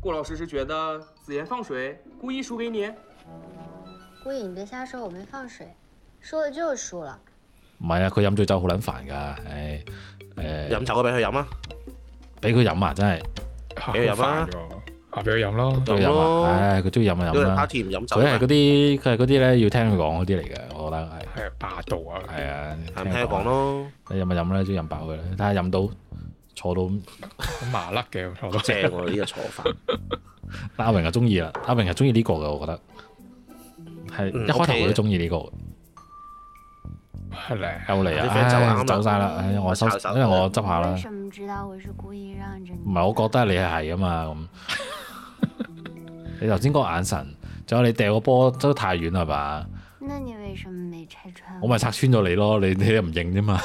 Speaker 3: 顾老师是觉得子言放水，故意输给你。
Speaker 9: 故意你别瞎说，我没放水，输了就是输了。
Speaker 1: 唔係啊，佢飲醉酒好撚煩㗎，唉誒，
Speaker 2: 飲酒我俾佢飲啊，
Speaker 1: 俾佢飲啊，真係
Speaker 4: 嚇
Speaker 2: 俾佢飲啦
Speaker 4: 好煩喎啊，俾佢飲咯。
Speaker 1: 俾佢飲
Speaker 2: 飲咯
Speaker 1: 啊，唉，佢中意飲就
Speaker 2: 因
Speaker 1: 飲
Speaker 2: 為
Speaker 1: 啦。
Speaker 2: party 唔飲酒
Speaker 1: 佢係
Speaker 2: 啊
Speaker 1: 嗰
Speaker 2: 嘛，
Speaker 1: 啲，佢係嗰啲咧，要聽佢講嗰啲嚟嘅，我覺得係。
Speaker 4: 係霸道啊！
Speaker 1: 係啊，
Speaker 2: 係唔聽佢講。咯，
Speaker 1: 你飲咪啊飲啦，中意飲飽佢啦，睇下飲到坐到
Speaker 4: 好麻甩嘅，我都
Speaker 2: 正喎呢個坐法。
Speaker 1: 阿榮就中意啦，阿榮係中意呢個嘅，我覺得係
Speaker 2: 嗯
Speaker 1: 一開頭
Speaker 2: OK
Speaker 1: 佢
Speaker 2: 嘅
Speaker 1: 都中意呢個嘅，
Speaker 4: 係咧。
Speaker 1: 夠嚟
Speaker 2: 啲
Speaker 1: 啊，
Speaker 2: friend 走
Speaker 1: 唉
Speaker 2: 啱啦
Speaker 1: 走晒啦，唉我收，
Speaker 2: 抄手
Speaker 1: 因為我執下啦
Speaker 9: 为，什么知道我是故意让着
Speaker 1: 唔
Speaker 9: 你？
Speaker 1: 係我覺得你係啊嘛咁，你頭先嗰個眼神，仲有你掉個波都太遠啦吧，
Speaker 9: 那你为什么没拆穿
Speaker 1: 我
Speaker 9: 我？
Speaker 1: 咪拆穿咗你咯，你你又唔認啫嘛，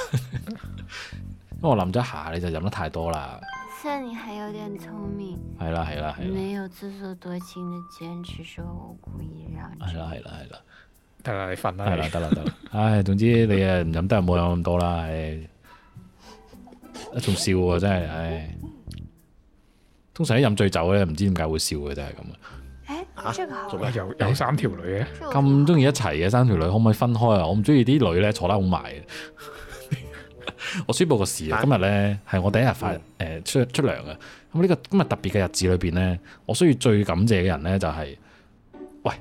Speaker 1: 因為我諗咗一下，你就飲得太多啦，
Speaker 9: 算你还有点聪明，
Speaker 1: 係啦係啦係啦
Speaker 9: 没有自作多情的坚持说我故意让
Speaker 1: 係
Speaker 9: 着
Speaker 1: 啦
Speaker 9: 你。
Speaker 1: 係啦係啦。
Speaker 4: 得啦，你瞓啦
Speaker 1: 係啦，
Speaker 4: 你。
Speaker 1: 得啦，得啦。唉，總之你啊唔飲得，冇飲咁多啦。唉，仲笑喎，真係唉。通常一飲醉酒咧，唔知點解會笑嘅，真係咁。
Speaker 5: 哎，这个好
Speaker 2: 做
Speaker 5: 玩
Speaker 2: 咩
Speaker 4: 哇，有有三條女嘅，
Speaker 5: 这个
Speaker 1: 咁中意一齊嘅三條女，可唔可以分開啊？我唔中意啲女咧坐得好埋 嘅。我宣佈個事啊！今日咧係我第一日
Speaker 2: 嗯
Speaker 1: 發誒、出出糧啊！咁呢個今日特別嘅日子裏邊咧，我需要最感謝嘅人咧就係、喂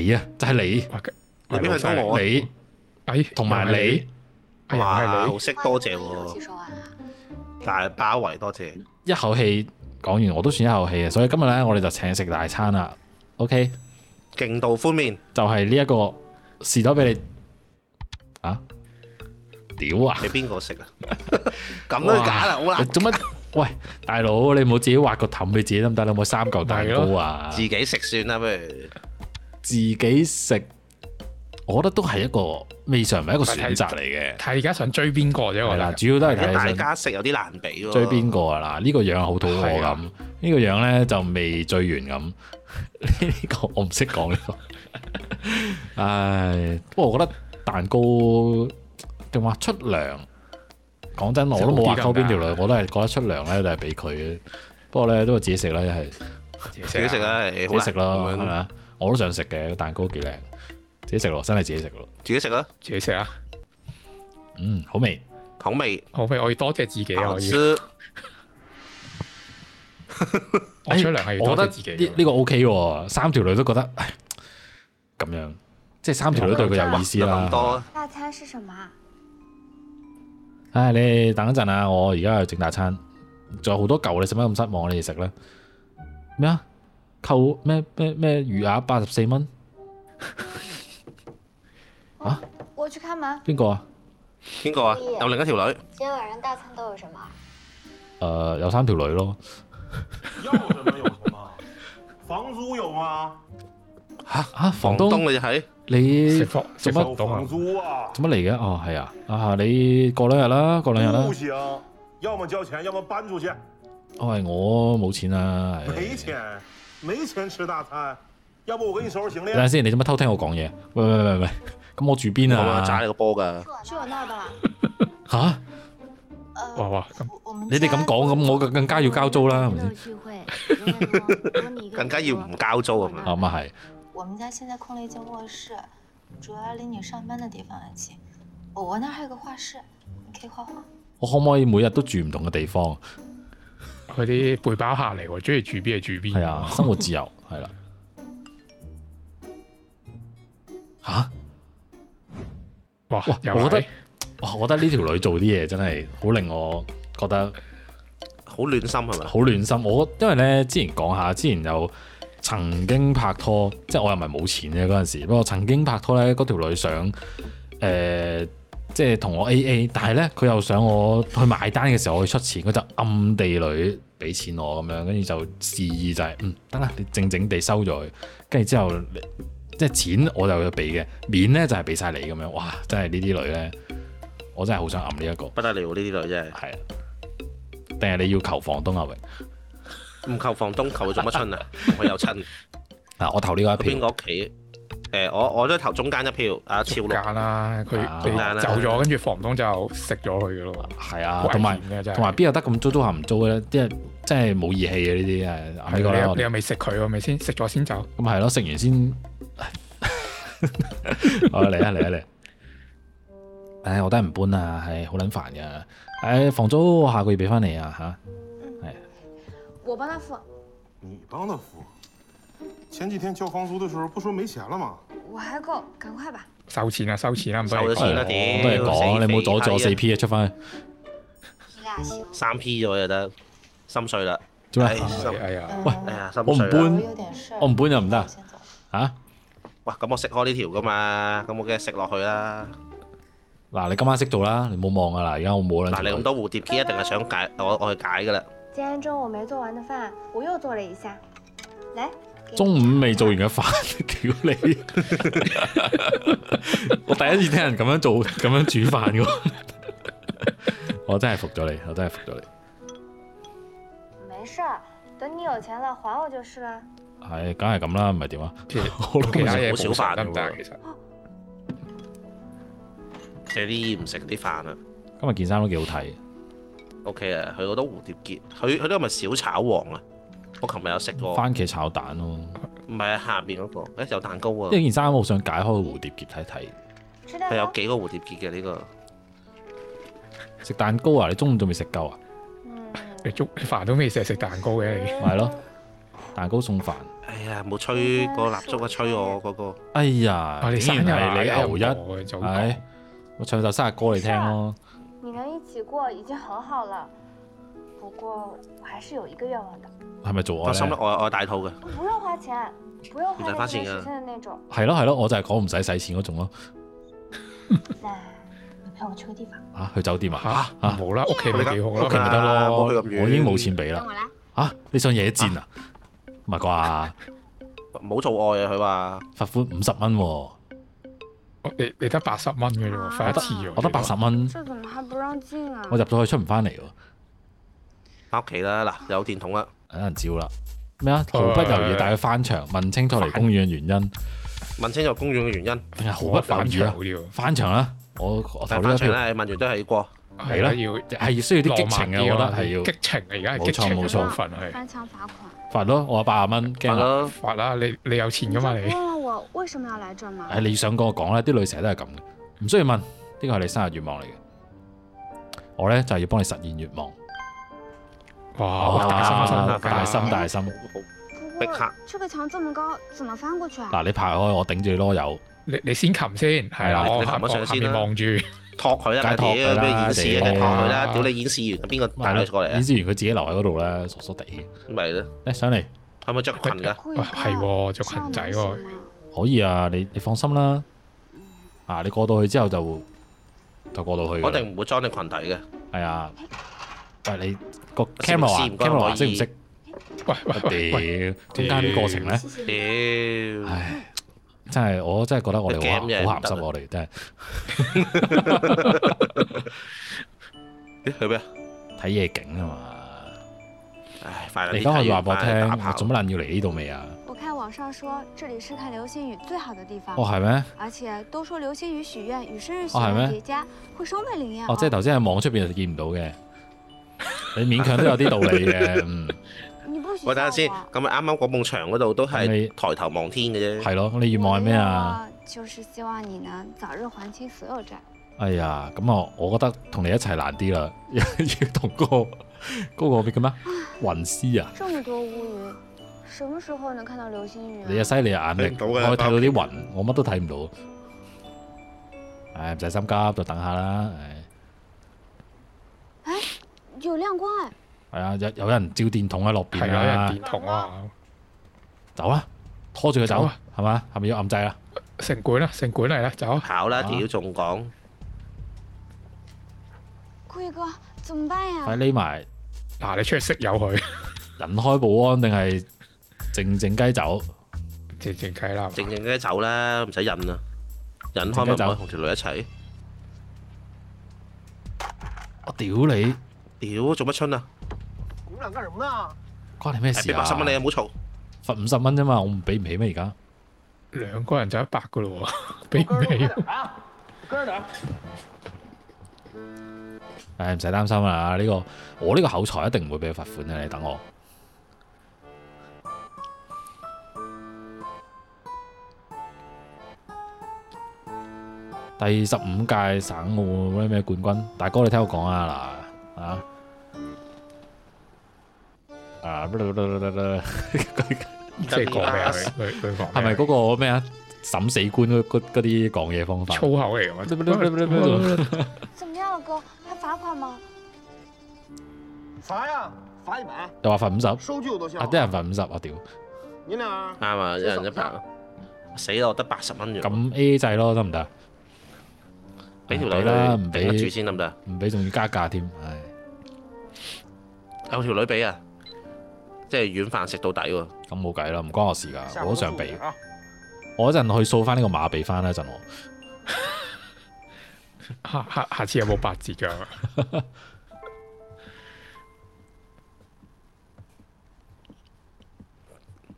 Speaker 1: 你啊，就係、你
Speaker 4: 哇
Speaker 2: 你邊份
Speaker 4: 老細
Speaker 2: 工我啊
Speaker 1: 你
Speaker 4: 哎，
Speaker 1: 同埋你。
Speaker 4: 哎，又
Speaker 2: 哇，
Speaker 4: 係
Speaker 2: 好
Speaker 4: 你，
Speaker 2: 識多謝
Speaker 7: 有几
Speaker 2: 喎，
Speaker 7: 说完啊？
Speaker 2: 大包圍多謝。
Speaker 1: 一口氣講完，我都算一口氣嘅，所以今日咧我哋就請食大餐啦。OK，
Speaker 2: 勁度寬面，
Speaker 1: 就係呢一個士多俾你啊，屌啊！
Speaker 2: 你邊個食啊？咁都假啦，好
Speaker 1: 你
Speaker 2: 難
Speaker 1: 呃做乜？喂，大佬，你冇自己畫個氹俾自己得唔得？你有冇三嚿蛋糕啊？
Speaker 2: 自己食算啦，不如。
Speaker 1: 自己食，我覺得都係一個未嘗唔係一個選擇嚟嘅。
Speaker 4: 睇而家想追邊個啫，
Speaker 1: 係
Speaker 4: 我覺
Speaker 1: 啦，
Speaker 4: 得。
Speaker 1: 主要都係
Speaker 2: 如果大
Speaker 1: 睇想
Speaker 2: 家食有啲難比喎。
Speaker 1: 追邊個啊？嗱，呢個樣好肚餓
Speaker 4: 係
Speaker 1: 咁，
Speaker 4: 啊
Speaker 1: 呢個樣咧就未追完咁。 呢個我唔識講呢個。唉，不過我覺得蛋糕仲話出糧，講真我都冇話溝邊條女，我都係覺得出糧咧就係俾佢嘅。不過咧都係自己食啦，一係自
Speaker 4: 自
Speaker 2: 自己食啊，誒好
Speaker 1: 己
Speaker 2: 難
Speaker 1: 食咯，係
Speaker 2: 咁
Speaker 1: 咪
Speaker 2: 樣
Speaker 1: 啊？我都想食嘅，蛋糕幾靚，自己食咯，真係自己食咯。
Speaker 2: 自己食啦，
Speaker 4: 自己食啊！
Speaker 1: 嗯，好味。
Speaker 2: 口味
Speaker 4: 好味，我要多謝自己啊！
Speaker 2: 好
Speaker 4: 我要
Speaker 2: 吃。
Speaker 4: 我出糧係要
Speaker 1: 哎我
Speaker 4: 多
Speaker 1: 覺
Speaker 4: 謝自己
Speaker 1: 得呢
Speaker 4: 㗎。
Speaker 1: 呢個 O K 喎，三條女都覺得唉咁樣，即係三條女對佢有意思
Speaker 2: 哇諗多
Speaker 1: 啦。
Speaker 2: 啊
Speaker 5: 大餐是什么啊？
Speaker 1: 唉，你等一陣啊，我而家去整大餐，仲有好多嚿，你使乜咁失望？啊你哋食啦咩啊？扣咩咩咩魚鴨八十四蚊
Speaker 5: 我去开门。
Speaker 1: 邊個啊？
Speaker 2: 邊個啊？有另一條女，
Speaker 9: 今天晚上大餐都有什么啊？
Speaker 1: 誒、呃有三條女咯，
Speaker 10: 要什么有什么，房租有吗？
Speaker 1: 啊房
Speaker 2: 房
Speaker 1: 東
Speaker 2: 東你就係
Speaker 1: 你
Speaker 4: 食
Speaker 1: 做
Speaker 4: 房食
Speaker 1: 乜
Speaker 4: 房東啊
Speaker 10: 房？租啊，
Speaker 1: 做乜嚟嘅？哦，係啊，啊你過兩日啦，過兩日啦
Speaker 10: 不。行，要么交钱，要么搬出去，
Speaker 1: 哦，係我冇錢啊。係
Speaker 10: 没钱，没钱吃大餐，要不我给你收拾行李啊
Speaker 1: 等。陣先，你做乜偷聽我講嘢？喂喂喂喂，咁我住邊
Speaker 2: 我啊炸
Speaker 1: 啊？
Speaker 2: 你個波㗎。
Speaker 7: 去我那儿吧。
Speaker 1: 吓？
Speaker 7: 呃，
Speaker 4: 哇哇咁
Speaker 7: 我我们
Speaker 1: 你哋咁
Speaker 7: 家
Speaker 1: 講，咁我更更加要交租啦，係咪先？
Speaker 9: 聚会，人很多 如果你一个
Speaker 2: 更
Speaker 9: 人
Speaker 2: 加要
Speaker 9: 多
Speaker 2: 唔交租咁樣。
Speaker 1: 啊咁啊係，
Speaker 7: 我们家现在空了一间卧室，主要离你上班的地方还近。我我那儿还有个画室，你可以画画。
Speaker 1: 我可唔可以每日都住唔同嘅地方？
Speaker 4: 佢啲背包客嚟喎，中意住邊就住邊。
Speaker 1: 係啊，生活自由係啦。吓？
Speaker 4: 哇
Speaker 1: 哇！
Speaker 4: 又
Speaker 1: 我覺得
Speaker 4: 係，
Speaker 1: 哇！我覺得呢條女做啲嘢真係好令我覺得
Speaker 2: 好暖心係咪？
Speaker 1: 好暖心。我因為咧之前講下，之前有曾經拍拖，即係我又唔係冇錢嘅嗰陣時，不過曾經拍拖咧，嗰條女想誒、呃即係同我 A A，但係咧佢又想我去埋單嘅時候我去出錢，佢就暗地裏俾錢我咁樣，跟住就示意就係、嗯得啦，你靜靜地收咗佢，跟住之後你即係錢我就要俾嘅，面咧就係俾晒你咁樣。哇！真係呢啲女咧，我真係好想暗呢、一個
Speaker 2: 不得了呢啲女真
Speaker 1: 係啊。定係你要求房東啊？榮？
Speaker 2: 係，唔求房東求佢做乜春 啊？同佢又親，
Speaker 1: 嗱，啊我投呢個一
Speaker 2: 去
Speaker 1: 票。
Speaker 2: 邊個屋企？誒，我我都投中間一票，阿超六
Speaker 4: 間啦，佢
Speaker 1: 啊
Speaker 4: 你走咗，跟住房東就食咗佢嘅咯。
Speaker 1: 係啊
Speaker 4: 好，危
Speaker 1: 同埋
Speaker 4: 險嘅真係
Speaker 1: 同埋邊有得咁租租下唔租嘅咧？即係真係冇義氣嘅呢啲啊係
Speaker 4: 係啊
Speaker 1: 呢個
Speaker 4: 你
Speaker 1: 啦，
Speaker 4: 又
Speaker 1: 我
Speaker 4: 你
Speaker 1: 哋
Speaker 4: 又未食佢喎，係咪先食咗先走。
Speaker 1: 咁係咯，食完先。 好嚟啊嚟啊嚟！唉，我都係唔搬啊，係好撚煩嘅。唉，房租我下個月俾翻你啊吓。
Speaker 5: 我帮他付。
Speaker 10: 你帮他付，前几天交房租的时候不说没钱了吗？
Speaker 5: 我还够，赶快吧。
Speaker 4: 收錢啦，收錢啦，唔
Speaker 2: 收
Speaker 4: 哎多
Speaker 2: 咗錢啦
Speaker 4: 你講啦
Speaker 1: 我都係
Speaker 2: 屌
Speaker 1: 講，你唔好阻住我
Speaker 2: 死
Speaker 1: 四
Speaker 2: 肥
Speaker 1: P 啊，出翻去。
Speaker 9: 你俩行吗。
Speaker 2: 三 P 咗就得，心碎啦！
Speaker 1: 做
Speaker 2: 唉
Speaker 1: 咩？
Speaker 2: 心
Speaker 4: 哎呀，
Speaker 7: 嗯
Speaker 1: 喂
Speaker 2: 哎呀，心
Speaker 1: 我唔
Speaker 2: 碎
Speaker 1: 搬
Speaker 2: 啦！
Speaker 7: 我有点事儿，
Speaker 1: 我唔搬就唔得
Speaker 7: 我先走。
Speaker 1: 吓？
Speaker 2: 哇，咁我食開呢條噶嘛，咁我梗係食落去啦。
Speaker 1: 嗱，你今晚識做啦，你冇望啊嗱，而家我冇啦。
Speaker 2: 嗱，你咁多蝴蝶結一定係想解，我我去解噶啦。
Speaker 5: 今天中午没做完的饭，我又做了一下。来，给你
Speaker 1: 中午未做完嘅飯， 屌 你！我第一次聽人咁樣做，咁樣煮飯嘅喎， 我真係服咗你，我真係服咗你。
Speaker 5: 没事儿，等你有钱了还我就是了。
Speaker 1: 係，梗係咁啦，唔係點啊？
Speaker 4: 其
Speaker 1: 好啦
Speaker 4: 其他嘢
Speaker 2: 好少
Speaker 4: 補償
Speaker 2: 飯
Speaker 4: 得唔得啊
Speaker 2: 喎？
Speaker 4: 其實
Speaker 2: 食啲唔食啲飯啊
Speaker 1: 今日件衫都幾好睇，
Speaker 2: ，OK 啊，佢好多蝴蝶結，佢佢呢個咪小炒王啊？我琴日有食過，
Speaker 1: 番茄炒蛋咯。
Speaker 2: 唔係啊，下邊嗰個，誒有蛋糕啊
Speaker 1: 呢，件衫我好想解開個蝴蝶結睇睇。
Speaker 5: 吃蛋
Speaker 2: 佢有
Speaker 5: 糕。
Speaker 2: 幾個蝴蝶結嘅呢個。
Speaker 1: 食蛋糕啊？你中午仲未食夠啊？
Speaker 5: 嗯，
Speaker 4: 你粥飯都未食，食蛋糕嘅你。
Speaker 1: 咪係咯，蛋糕送飯。
Speaker 2: 哎呀，冇吹個蠟燭啊，吹我嗰個。
Speaker 1: 哎呀，
Speaker 4: 我哋
Speaker 1: 竟
Speaker 4: 啊生
Speaker 1: 然
Speaker 4: 日
Speaker 1: 係啊你牛
Speaker 4: 一
Speaker 1: 一，啊
Speaker 4: 嘅啊早
Speaker 1: 係
Speaker 4: 講，
Speaker 1: 我唱首生日歌你聽咯。
Speaker 5: 你能一起过已经很好了。不过我还是有一个愿望的，
Speaker 1: 係咪做我啊
Speaker 2: 放心啦
Speaker 1: 咧？，
Speaker 2: 我我有大肚嘅，
Speaker 5: 不用花钱，不用
Speaker 2: 你才
Speaker 5: 花
Speaker 2: 发
Speaker 5: 在
Speaker 2: 现
Speaker 5: 这边
Speaker 2: 啊
Speaker 5: 实现的那种。
Speaker 1: 係咯係咯，我就係講唔使使錢嗰種咯。
Speaker 7: 那
Speaker 5: 哎
Speaker 7: 你陪我去个地方。
Speaker 1: 啊，去酒店啊？
Speaker 4: 嚇冇啦，屋企咪幾好
Speaker 2: 屋
Speaker 1: 屋企
Speaker 2: 企
Speaker 1: 咪
Speaker 4: 咯。
Speaker 1: 得咯，
Speaker 2: 啊冇
Speaker 1: 我
Speaker 2: 去咁遠
Speaker 1: 已經冇錢俾啦
Speaker 8: 等。我来。
Speaker 1: 啊，你想野戰啊？唔係啩？
Speaker 2: 唔好做愛啊！佢話
Speaker 1: 罰款五十蚊喎，
Speaker 4: 你你得八十蚊嘅啫喎，
Speaker 5: 啊
Speaker 4: 罰一次喎。
Speaker 1: 我得八十蚊，
Speaker 5: 这怎么还不让进啊
Speaker 1: 我入咗去出唔翻嚟喎，
Speaker 2: 翻屋企啦，嗱有電筒啦，
Speaker 1: 有人照啦。咩啊？毫不猶豫帶佢翻牆，問清楚嚟公園嘅原因，
Speaker 2: 問清楚公園嘅原因，
Speaker 1: 定係毫
Speaker 4: 好
Speaker 1: 不
Speaker 4: 不反
Speaker 1: 猶豫
Speaker 4: 場
Speaker 1: 啊
Speaker 4: 好？啲喎。
Speaker 1: 翻牆啦！我我投
Speaker 2: 但
Speaker 1: 呢
Speaker 2: 翻
Speaker 1: 一
Speaker 2: 牆
Speaker 1: 票，
Speaker 2: 咧，問完都係過。
Speaker 1: 係啦
Speaker 4: 要
Speaker 1: 係需要啲激情啊嘅，我覺
Speaker 4: 浪
Speaker 1: 得
Speaker 4: 漫啲
Speaker 1: 係
Speaker 4: 咯
Speaker 1: 要
Speaker 4: 激情啊！而家係
Speaker 1: 冇
Speaker 4: 激
Speaker 1: 錯
Speaker 4: 情
Speaker 1: 冇
Speaker 4: 嘅
Speaker 1: 錯
Speaker 4: 部分係
Speaker 8: 翻墙罚款。
Speaker 1: 罰咯。我有八十蚊，
Speaker 2: 係
Speaker 1: 驚啊啦。
Speaker 2: 咯，
Speaker 4: 發啦！你你有錢
Speaker 5: 你
Speaker 4: 噶
Speaker 5: 就
Speaker 4: 嘛
Speaker 5: 不
Speaker 4: 你？
Speaker 5: 问我为什么要来这儿吗？
Speaker 1: 誒，你想講我講啦，啲女成日都係咁嘅，唔需要問，呢個係你生日願望嚟嘅。我咧就係要幫你實現願望，
Speaker 4: 哇！大心
Speaker 1: 啊
Speaker 4: 大
Speaker 1: 大心
Speaker 4: 心
Speaker 1: 大心。
Speaker 5: 不
Speaker 2: 逼
Speaker 5: 过
Speaker 2: 卡
Speaker 5: 这个墙这么高，怎么翻过去啊？
Speaker 1: 嗱，你排開我頂住你囉柚。
Speaker 4: 你你先擒先，係
Speaker 1: 係
Speaker 4: 啦，
Speaker 1: 啦
Speaker 4: 我
Speaker 2: 你擒
Speaker 4: 下
Speaker 2: 咗上
Speaker 4: 我下
Speaker 2: 先啦
Speaker 4: 面望住，
Speaker 2: 托佢啦，
Speaker 1: 梗係
Speaker 2: 屌
Speaker 1: 托佢啦
Speaker 2: 咩演示啊，
Speaker 1: 屌
Speaker 2: 梗係托佢啦，屌你演示完邊個帶女過嚟
Speaker 1: 演
Speaker 2: 啊？
Speaker 1: 示完佢自己留喺嗰度啦，傻傻地。
Speaker 2: 咪咯，
Speaker 1: 嚟上嚟，
Speaker 2: 可唔可以着裙㗎？
Speaker 5: 故意
Speaker 4: 哇
Speaker 5: 的
Speaker 4: 係喎，着裙仔
Speaker 5: 这样
Speaker 4: 喎
Speaker 5: 能行，吗
Speaker 1: 可以啊，你你放心啦。啊，你過到去之後就就過到去㗎啦。
Speaker 2: 我一定唔會裝你群體嘅。
Speaker 1: 係啊，喂你個
Speaker 2: 攝
Speaker 1: camera 啊
Speaker 2: 影師唔該可
Speaker 1: camera 識唔
Speaker 2: 以
Speaker 1: 識？
Speaker 4: 喂喂喂
Speaker 1: 屌，中間啲過程咧，
Speaker 2: 屌，
Speaker 1: 唉，真係我真係覺得我哋好
Speaker 2: 你
Speaker 1: 鹹
Speaker 2: game 嘢
Speaker 1: 好鹹
Speaker 2: 得
Speaker 1: 濕
Speaker 2: 啦
Speaker 1: 我哋真係
Speaker 2: 咦去咩啊？
Speaker 1: 睇夜景啊嘛。
Speaker 2: 唉，快
Speaker 1: 你
Speaker 2: 啲
Speaker 1: 而家可以
Speaker 2: 睇
Speaker 1: 話
Speaker 2: 完
Speaker 1: 俾我
Speaker 2: 翻去打
Speaker 1: 聽，我
Speaker 2: 炮
Speaker 1: 做。乜撚要嚟呢度未啊？
Speaker 5: 我看网上说这里是看流星雨最好的地方
Speaker 1: 哦，係咩？
Speaker 5: 而且都说流星雨许愿与生日许
Speaker 1: 哦係咩
Speaker 5: 愿叠加会收美灵验
Speaker 1: 哦，即係頭先喺網出邊就見唔到嘅，你勉強都有啲道理嘅，嗯，
Speaker 5: 你不许
Speaker 2: 喂，等下先，
Speaker 5: 吓我
Speaker 2: 咁啊啱啱嗰埲牆嗰度都
Speaker 1: 咁你
Speaker 2: 係抬頭望天嘅啫。
Speaker 1: 係咯，咁你願望係咩啊？？
Speaker 5: 我的愿望就是希望你能早日还清所有债。
Speaker 1: 哎呀，咁啊，我覺得同你一齊難啲啦， 要同嗰個嗰個叫咩啊雲絲啊，
Speaker 5: 这么多乌云，什么时候能看到流星雨、啊？
Speaker 1: 你啊犀利啊眼力，
Speaker 2: 睇
Speaker 1: 我
Speaker 2: 唔
Speaker 1: 可以
Speaker 2: 到
Speaker 1: 睇
Speaker 2: 嘅
Speaker 1: 到啲雲，我乜都睇唔到。唉，唔使心急，就等下啦。
Speaker 5: 有亮光哎！
Speaker 1: 唉，係啊，有有人照電筒喺落
Speaker 4: 係
Speaker 1: 邊
Speaker 4: 有人
Speaker 1: 啊，
Speaker 4: 電筒啊，
Speaker 1: 走啦，拖住佢
Speaker 4: 走
Speaker 1: 走
Speaker 4: 啊，
Speaker 1: 係嘛？係咪要暗掣啊？
Speaker 4: 城管啦，城管嚟啦，走啊！
Speaker 2: 跑啦，
Speaker 1: 啊
Speaker 2: 屌仲講，
Speaker 5: 贵哥，怎么办呀？
Speaker 1: 快匿埋，
Speaker 4: 嗱，你出去識友佢，
Speaker 1: 引開保安定係靜靜雞走？
Speaker 4: 靜靜計啦，
Speaker 2: 靜靜雞走啦，唔使忍啦，忍開
Speaker 1: 靜
Speaker 2: 咪
Speaker 1: 雞
Speaker 2: 唔
Speaker 1: 走
Speaker 2: 可以同條女一齊。
Speaker 1: 我屌你，
Speaker 2: 屌，做乜春啊？
Speaker 3: 你们俩干什么呢？
Speaker 1: 關你咩事
Speaker 2: 俾
Speaker 1: 啊
Speaker 2: 八？十蚊你啊，唔好嘈。
Speaker 1: 罰五十蚊啫嘛，我唔俾唔起咩而家？
Speaker 4: 兩個人就一百噶咯喎，俾
Speaker 3: 哥，快
Speaker 4: 你
Speaker 3: 点啊！哥点儿，
Speaker 1: 唉，唔使擔心啊！呢、個我呢個口才一定唔會俾佢罰款嘅，你等我。第十五屆省奧咩咩冠軍，大哥你聽我講啊嗱啊啊，
Speaker 4: 即係講咩啊？你你你講
Speaker 1: 係咪
Speaker 4: 咩啊
Speaker 1: 嗰個咩啊審死官嗰嗰嗰啲講嘢方法？
Speaker 4: 粗口嚟㗎嘛？
Speaker 1: 係
Speaker 5: 怎么样了，哥？还罚款吗？
Speaker 3: 罚呀，罚一百，
Speaker 1: 又話罰五十，啊
Speaker 3: 收据我都笑
Speaker 1: 啲。人罰五十，我屌！
Speaker 3: 你俩
Speaker 2: 啱啊，一人一百。死啦！我得八十蚊啫喎，
Speaker 1: 咁 A A 制咯，得唔得？啊
Speaker 2: 俾條
Speaker 1: 唔俾
Speaker 2: 女
Speaker 1: 啦，
Speaker 2: 啦，
Speaker 1: 唔
Speaker 2: 俾得住
Speaker 1: 俾
Speaker 2: 先得唔得？
Speaker 1: 唔俾，仲要加價添，唉，
Speaker 2: 有條女俾啊，即係軟飯食到底喎。
Speaker 1: 咁冇計啦，唔關我事㗎，
Speaker 3: 下
Speaker 1: 我都
Speaker 3: 回注
Speaker 1: 想
Speaker 3: 意
Speaker 1: 俾
Speaker 3: 点，啊！
Speaker 1: 我嗰陣去掃翻呢個碼俾翻啦，一陣我
Speaker 4: 下下下次有冇八折㗎？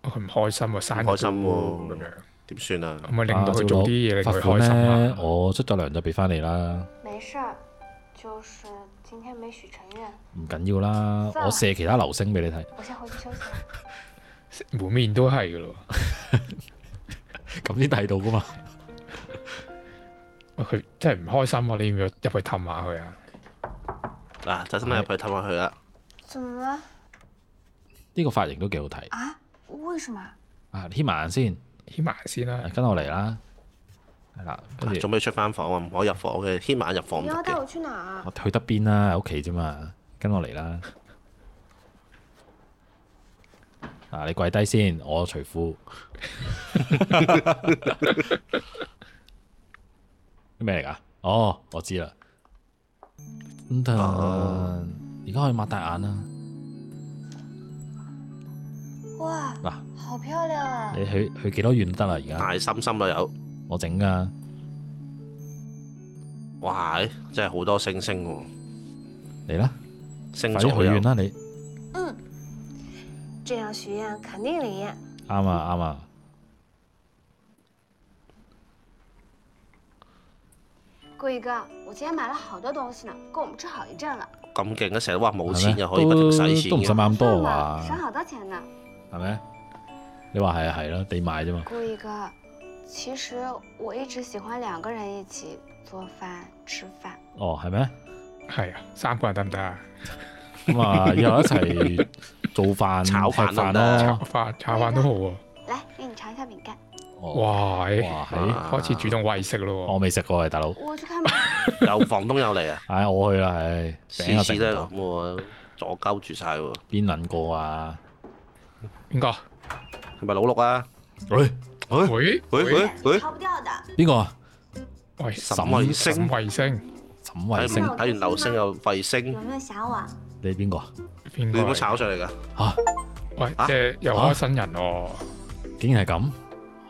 Speaker 4: 佢唔開心喎，生日
Speaker 2: 唔開心喎
Speaker 4: 咁樣，
Speaker 2: 點算啊？
Speaker 4: 咁咪令到
Speaker 1: 啊
Speaker 4: 佢做啲嘢令佢
Speaker 1: 罰
Speaker 4: 開
Speaker 1: 款
Speaker 4: 心
Speaker 1: 咧，
Speaker 4: 啊！
Speaker 1: 我出咗糧就俾翻你啦，
Speaker 5: 没事儿，就是今天没许成愿，
Speaker 1: 唔緊要啦，
Speaker 5: 算啦
Speaker 1: 我射其他流星俾你睇，
Speaker 5: 我先回去休息了。
Speaker 4: 滿面都係㗎咯喎。
Speaker 1: 咁先睇到㗎嘛，
Speaker 4: 喂佢真係唔開心啊！你要唔要入去氹下佢啊？
Speaker 2: 嗱，就真係入去氹下佢啦。
Speaker 5: 怎么了？
Speaker 1: 呢個髮型都幾好睇
Speaker 5: 啊？为什么？
Speaker 1: 啊，牽埋眼先，
Speaker 4: 牽埋先啦，
Speaker 1: 跟我嚟啦，係啦，跟
Speaker 2: 做
Speaker 1: 住
Speaker 2: 咩出翻房啊？唔可以入房嘅，牽晚入房唔
Speaker 5: 你
Speaker 2: 得
Speaker 5: 要带
Speaker 2: 嘅。
Speaker 5: 我去哪儿啊？
Speaker 1: 我去得邊啦，喺屋企啫嘛，跟我嚟啦，啊，你跪低先，我除褲， 咩嚟㗎？哦，我知啦，咁但
Speaker 2: 哦
Speaker 1: 而家可以擘大眼啦，
Speaker 7: 哇，
Speaker 1: 嗱
Speaker 7: 好漂亮啊！
Speaker 1: 你去去幾多遠都得啦，而家
Speaker 2: 大心心啦有，
Speaker 1: 我整噶，
Speaker 2: 哇！真係好多星星喎，
Speaker 1: 嚟啦，
Speaker 2: 星
Speaker 1: 快
Speaker 2: 座
Speaker 1: 啲
Speaker 2: 都
Speaker 1: 許
Speaker 2: 有
Speaker 1: 願。啦你，
Speaker 9: 这样许愿肯定灵验。
Speaker 1: 啱啊啱啊，
Speaker 5: 顾一哥，我今天买了好多东西呢，够我们吃好一阵了。
Speaker 2: 咁勁都成日都話冇
Speaker 1: 係咩
Speaker 2: 錢又可以不停使
Speaker 1: 都
Speaker 2: 錢
Speaker 1: 都唔使
Speaker 2: 嘅。
Speaker 1: 買咁多
Speaker 5: 算了
Speaker 1: 啊
Speaker 5: 省好多钱呢。
Speaker 1: 係咪？你話係啊係啦，你買啫嘛。
Speaker 5: 顾一哥，其实我一直喜欢两个人一起做饭吃饭。
Speaker 1: 哦，係咩？
Speaker 4: 係啊，三個人得唔得啊？
Speaker 1: 咁 啊，以後一齊做飯、
Speaker 2: 炒飯
Speaker 1: 吃飯
Speaker 2: 都得
Speaker 4: 炒
Speaker 1: 咯。
Speaker 4: 飯炒飯都好喎，
Speaker 5: 来，给你尝一下饼干。
Speaker 1: 哦，
Speaker 4: 哇！
Speaker 1: 哇
Speaker 4: 欸
Speaker 1: 係
Speaker 4: 開始主動喂食
Speaker 1: 我
Speaker 4: 咯
Speaker 1: 未食過嘅大佬。
Speaker 5: 我去开门。
Speaker 2: 有房東有嚟啊，
Speaker 1: 唉，我去啦，唉，
Speaker 2: 次
Speaker 1: 餅又食
Speaker 2: 次
Speaker 1: 唔
Speaker 2: 都係
Speaker 1: 到
Speaker 2: 咁，喎，左鳩住晒喎。
Speaker 1: 邊撚過啊？
Speaker 4: 喎。邊個？
Speaker 2: 係咪老六啊？
Speaker 1: 喂，
Speaker 2: 喂
Speaker 4: 喂
Speaker 2: 喂喂喂，
Speaker 5: 逃不掉的。
Speaker 1: 邊個啊？
Speaker 4: 喂，
Speaker 2: 沈衛星
Speaker 4: 沈衛星，
Speaker 1: 沈衛
Speaker 2: 睇
Speaker 1: 星
Speaker 2: 完睇完流星又衛星
Speaker 9: 有，没有想我？
Speaker 1: 你邊個啊？
Speaker 4: 邊
Speaker 2: 你
Speaker 4: 個
Speaker 2: 有冇
Speaker 4: 嚟？
Speaker 2: 炒上嚟㗎
Speaker 4: 喂，
Speaker 2: 啊
Speaker 4: 即係又開新人喎，
Speaker 1: 竟然係咁，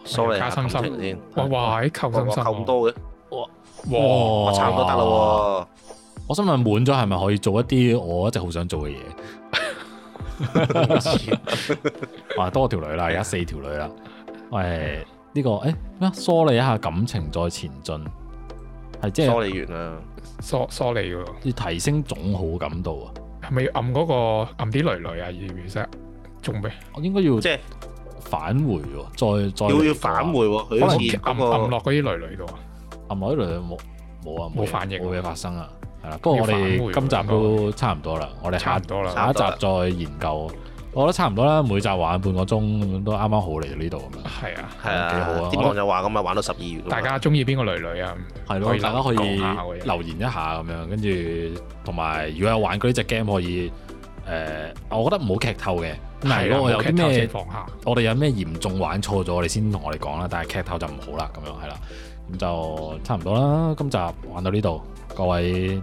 Speaker 2: ？sorry 啊，
Speaker 4: 加心心
Speaker 2: 停先，
Speaker 4: 哇哇，喺扣
Speaker 2: 我
Speaker 4: 心
Speaker 2: 我
Speaker 4: 心
Speaker 2: 扣咁
Speaker 4: 喎，
Speaker 2: 多嘅，
Speaker 4: 哇！
Speaker 2: 我差唔多得啦喎。
Speaker 1: 哦我想問滿咗係咪可以做一啲我一直好想做嘅嘢？ 哇，多條女啦，而家四條女啦。喂，呢、個誒咩啊？梳理一下感情再前進，係即係
Speaker 2: sorry 完啦，
Speaker 4: 疏疏離喎，
Speaker 1: 要提升總好感度啊！
Speaker 4: 係咪要暗嗰個暗啲雷雷啊？要唔要啫？仲未
Speaker 1: 我應該要
Speaker 2: 即係
Speaker 1: 返回喎，再再
Speaker 2: 要
Speaker 1: 嚟過
Speaker 2: 要返回喎，佢
Speaker 1: 可
Speaker 2: 好
Speaker 1: 能
Speaker 2: 似
Speaker 4: 暗
Speaker 2: 嗰
Speaker 4: 暗
Speaker 2: 個
Speaker 4: 落嗰啲雷雷度啊？
Speaker 1: 暗落一輪冇冇啊，
Speaker 4: 冇反應
Speaker 1: 冇嘢發生啊，係啦。不過我
Speaker 4: 要反
Speaker 1: 哋
Speaker 4: 回
Speaker 1: 今集都差唔多啦，我哋
Speaker 4: 差
Speaker 1: 下
Speaker 4: 唔多啦
Speaker 1: 下一集再研究。我覺得差唔多啦，每集玩半個鐘咁樣都啱啱好嚟到呢度咁樣。
Speaker 4: 係啊，
Speaker 2: 係
Speaker 1: 幾好
Speaker 2: 啊
Speaker 1: 啊，
Speaker 2: 啲網友話咁啊，玩到十二月㗎嘛，
Speaker 4: 大家中意邊個雷雷啊？
Speaker 1: 係咯，
Speaker 4: 可以
Speaker 1: 大家可
Speaker 4: 講下嘅
Speaker 1: 以留言一下咁樣，跟住同埋如果有玩過呢只 game 可以誒、呃我覺得唔好劇透嘅。但係
Speaker 4: 係
Speaker 1: 如
Speaker 4: 啦
Speaker 1: 果我有啲
Speaker 4: 冇劇透
Speaker 1: 咩
Speaker 4: 先放下？
Speaker 1: 我哋有咩嚴重玩錯咗，你先同我哋講啦。但係劇透就唔好啦，咁樣係啦。咁就差唔多啦。今集玩到呢度，各位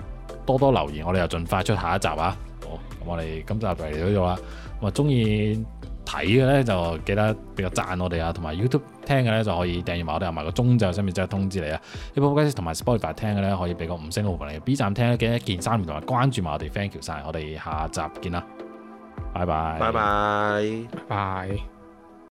Speaker 1: 多多留言，我哋又盡快出下一集啊。好，咁我哋今集就嚟到呢度啦。咁啊，中意睇嘅咧就記得俾個讚我哋啊，同埋 YouTube 聽嘅咧就可以訂閱埋我哋，同埋個鐘就上面即刻通知你啊。Apple Podcast 同埋 Spotify 聽嘅咧可以俾個五星好評你，B 站聽咧記得一鍵三連同埋關注埋我哋，thank you 晒。我哋下集見啦，拜拜，
Speaker 2: 拜拜。
Speaker 4: 拜拜。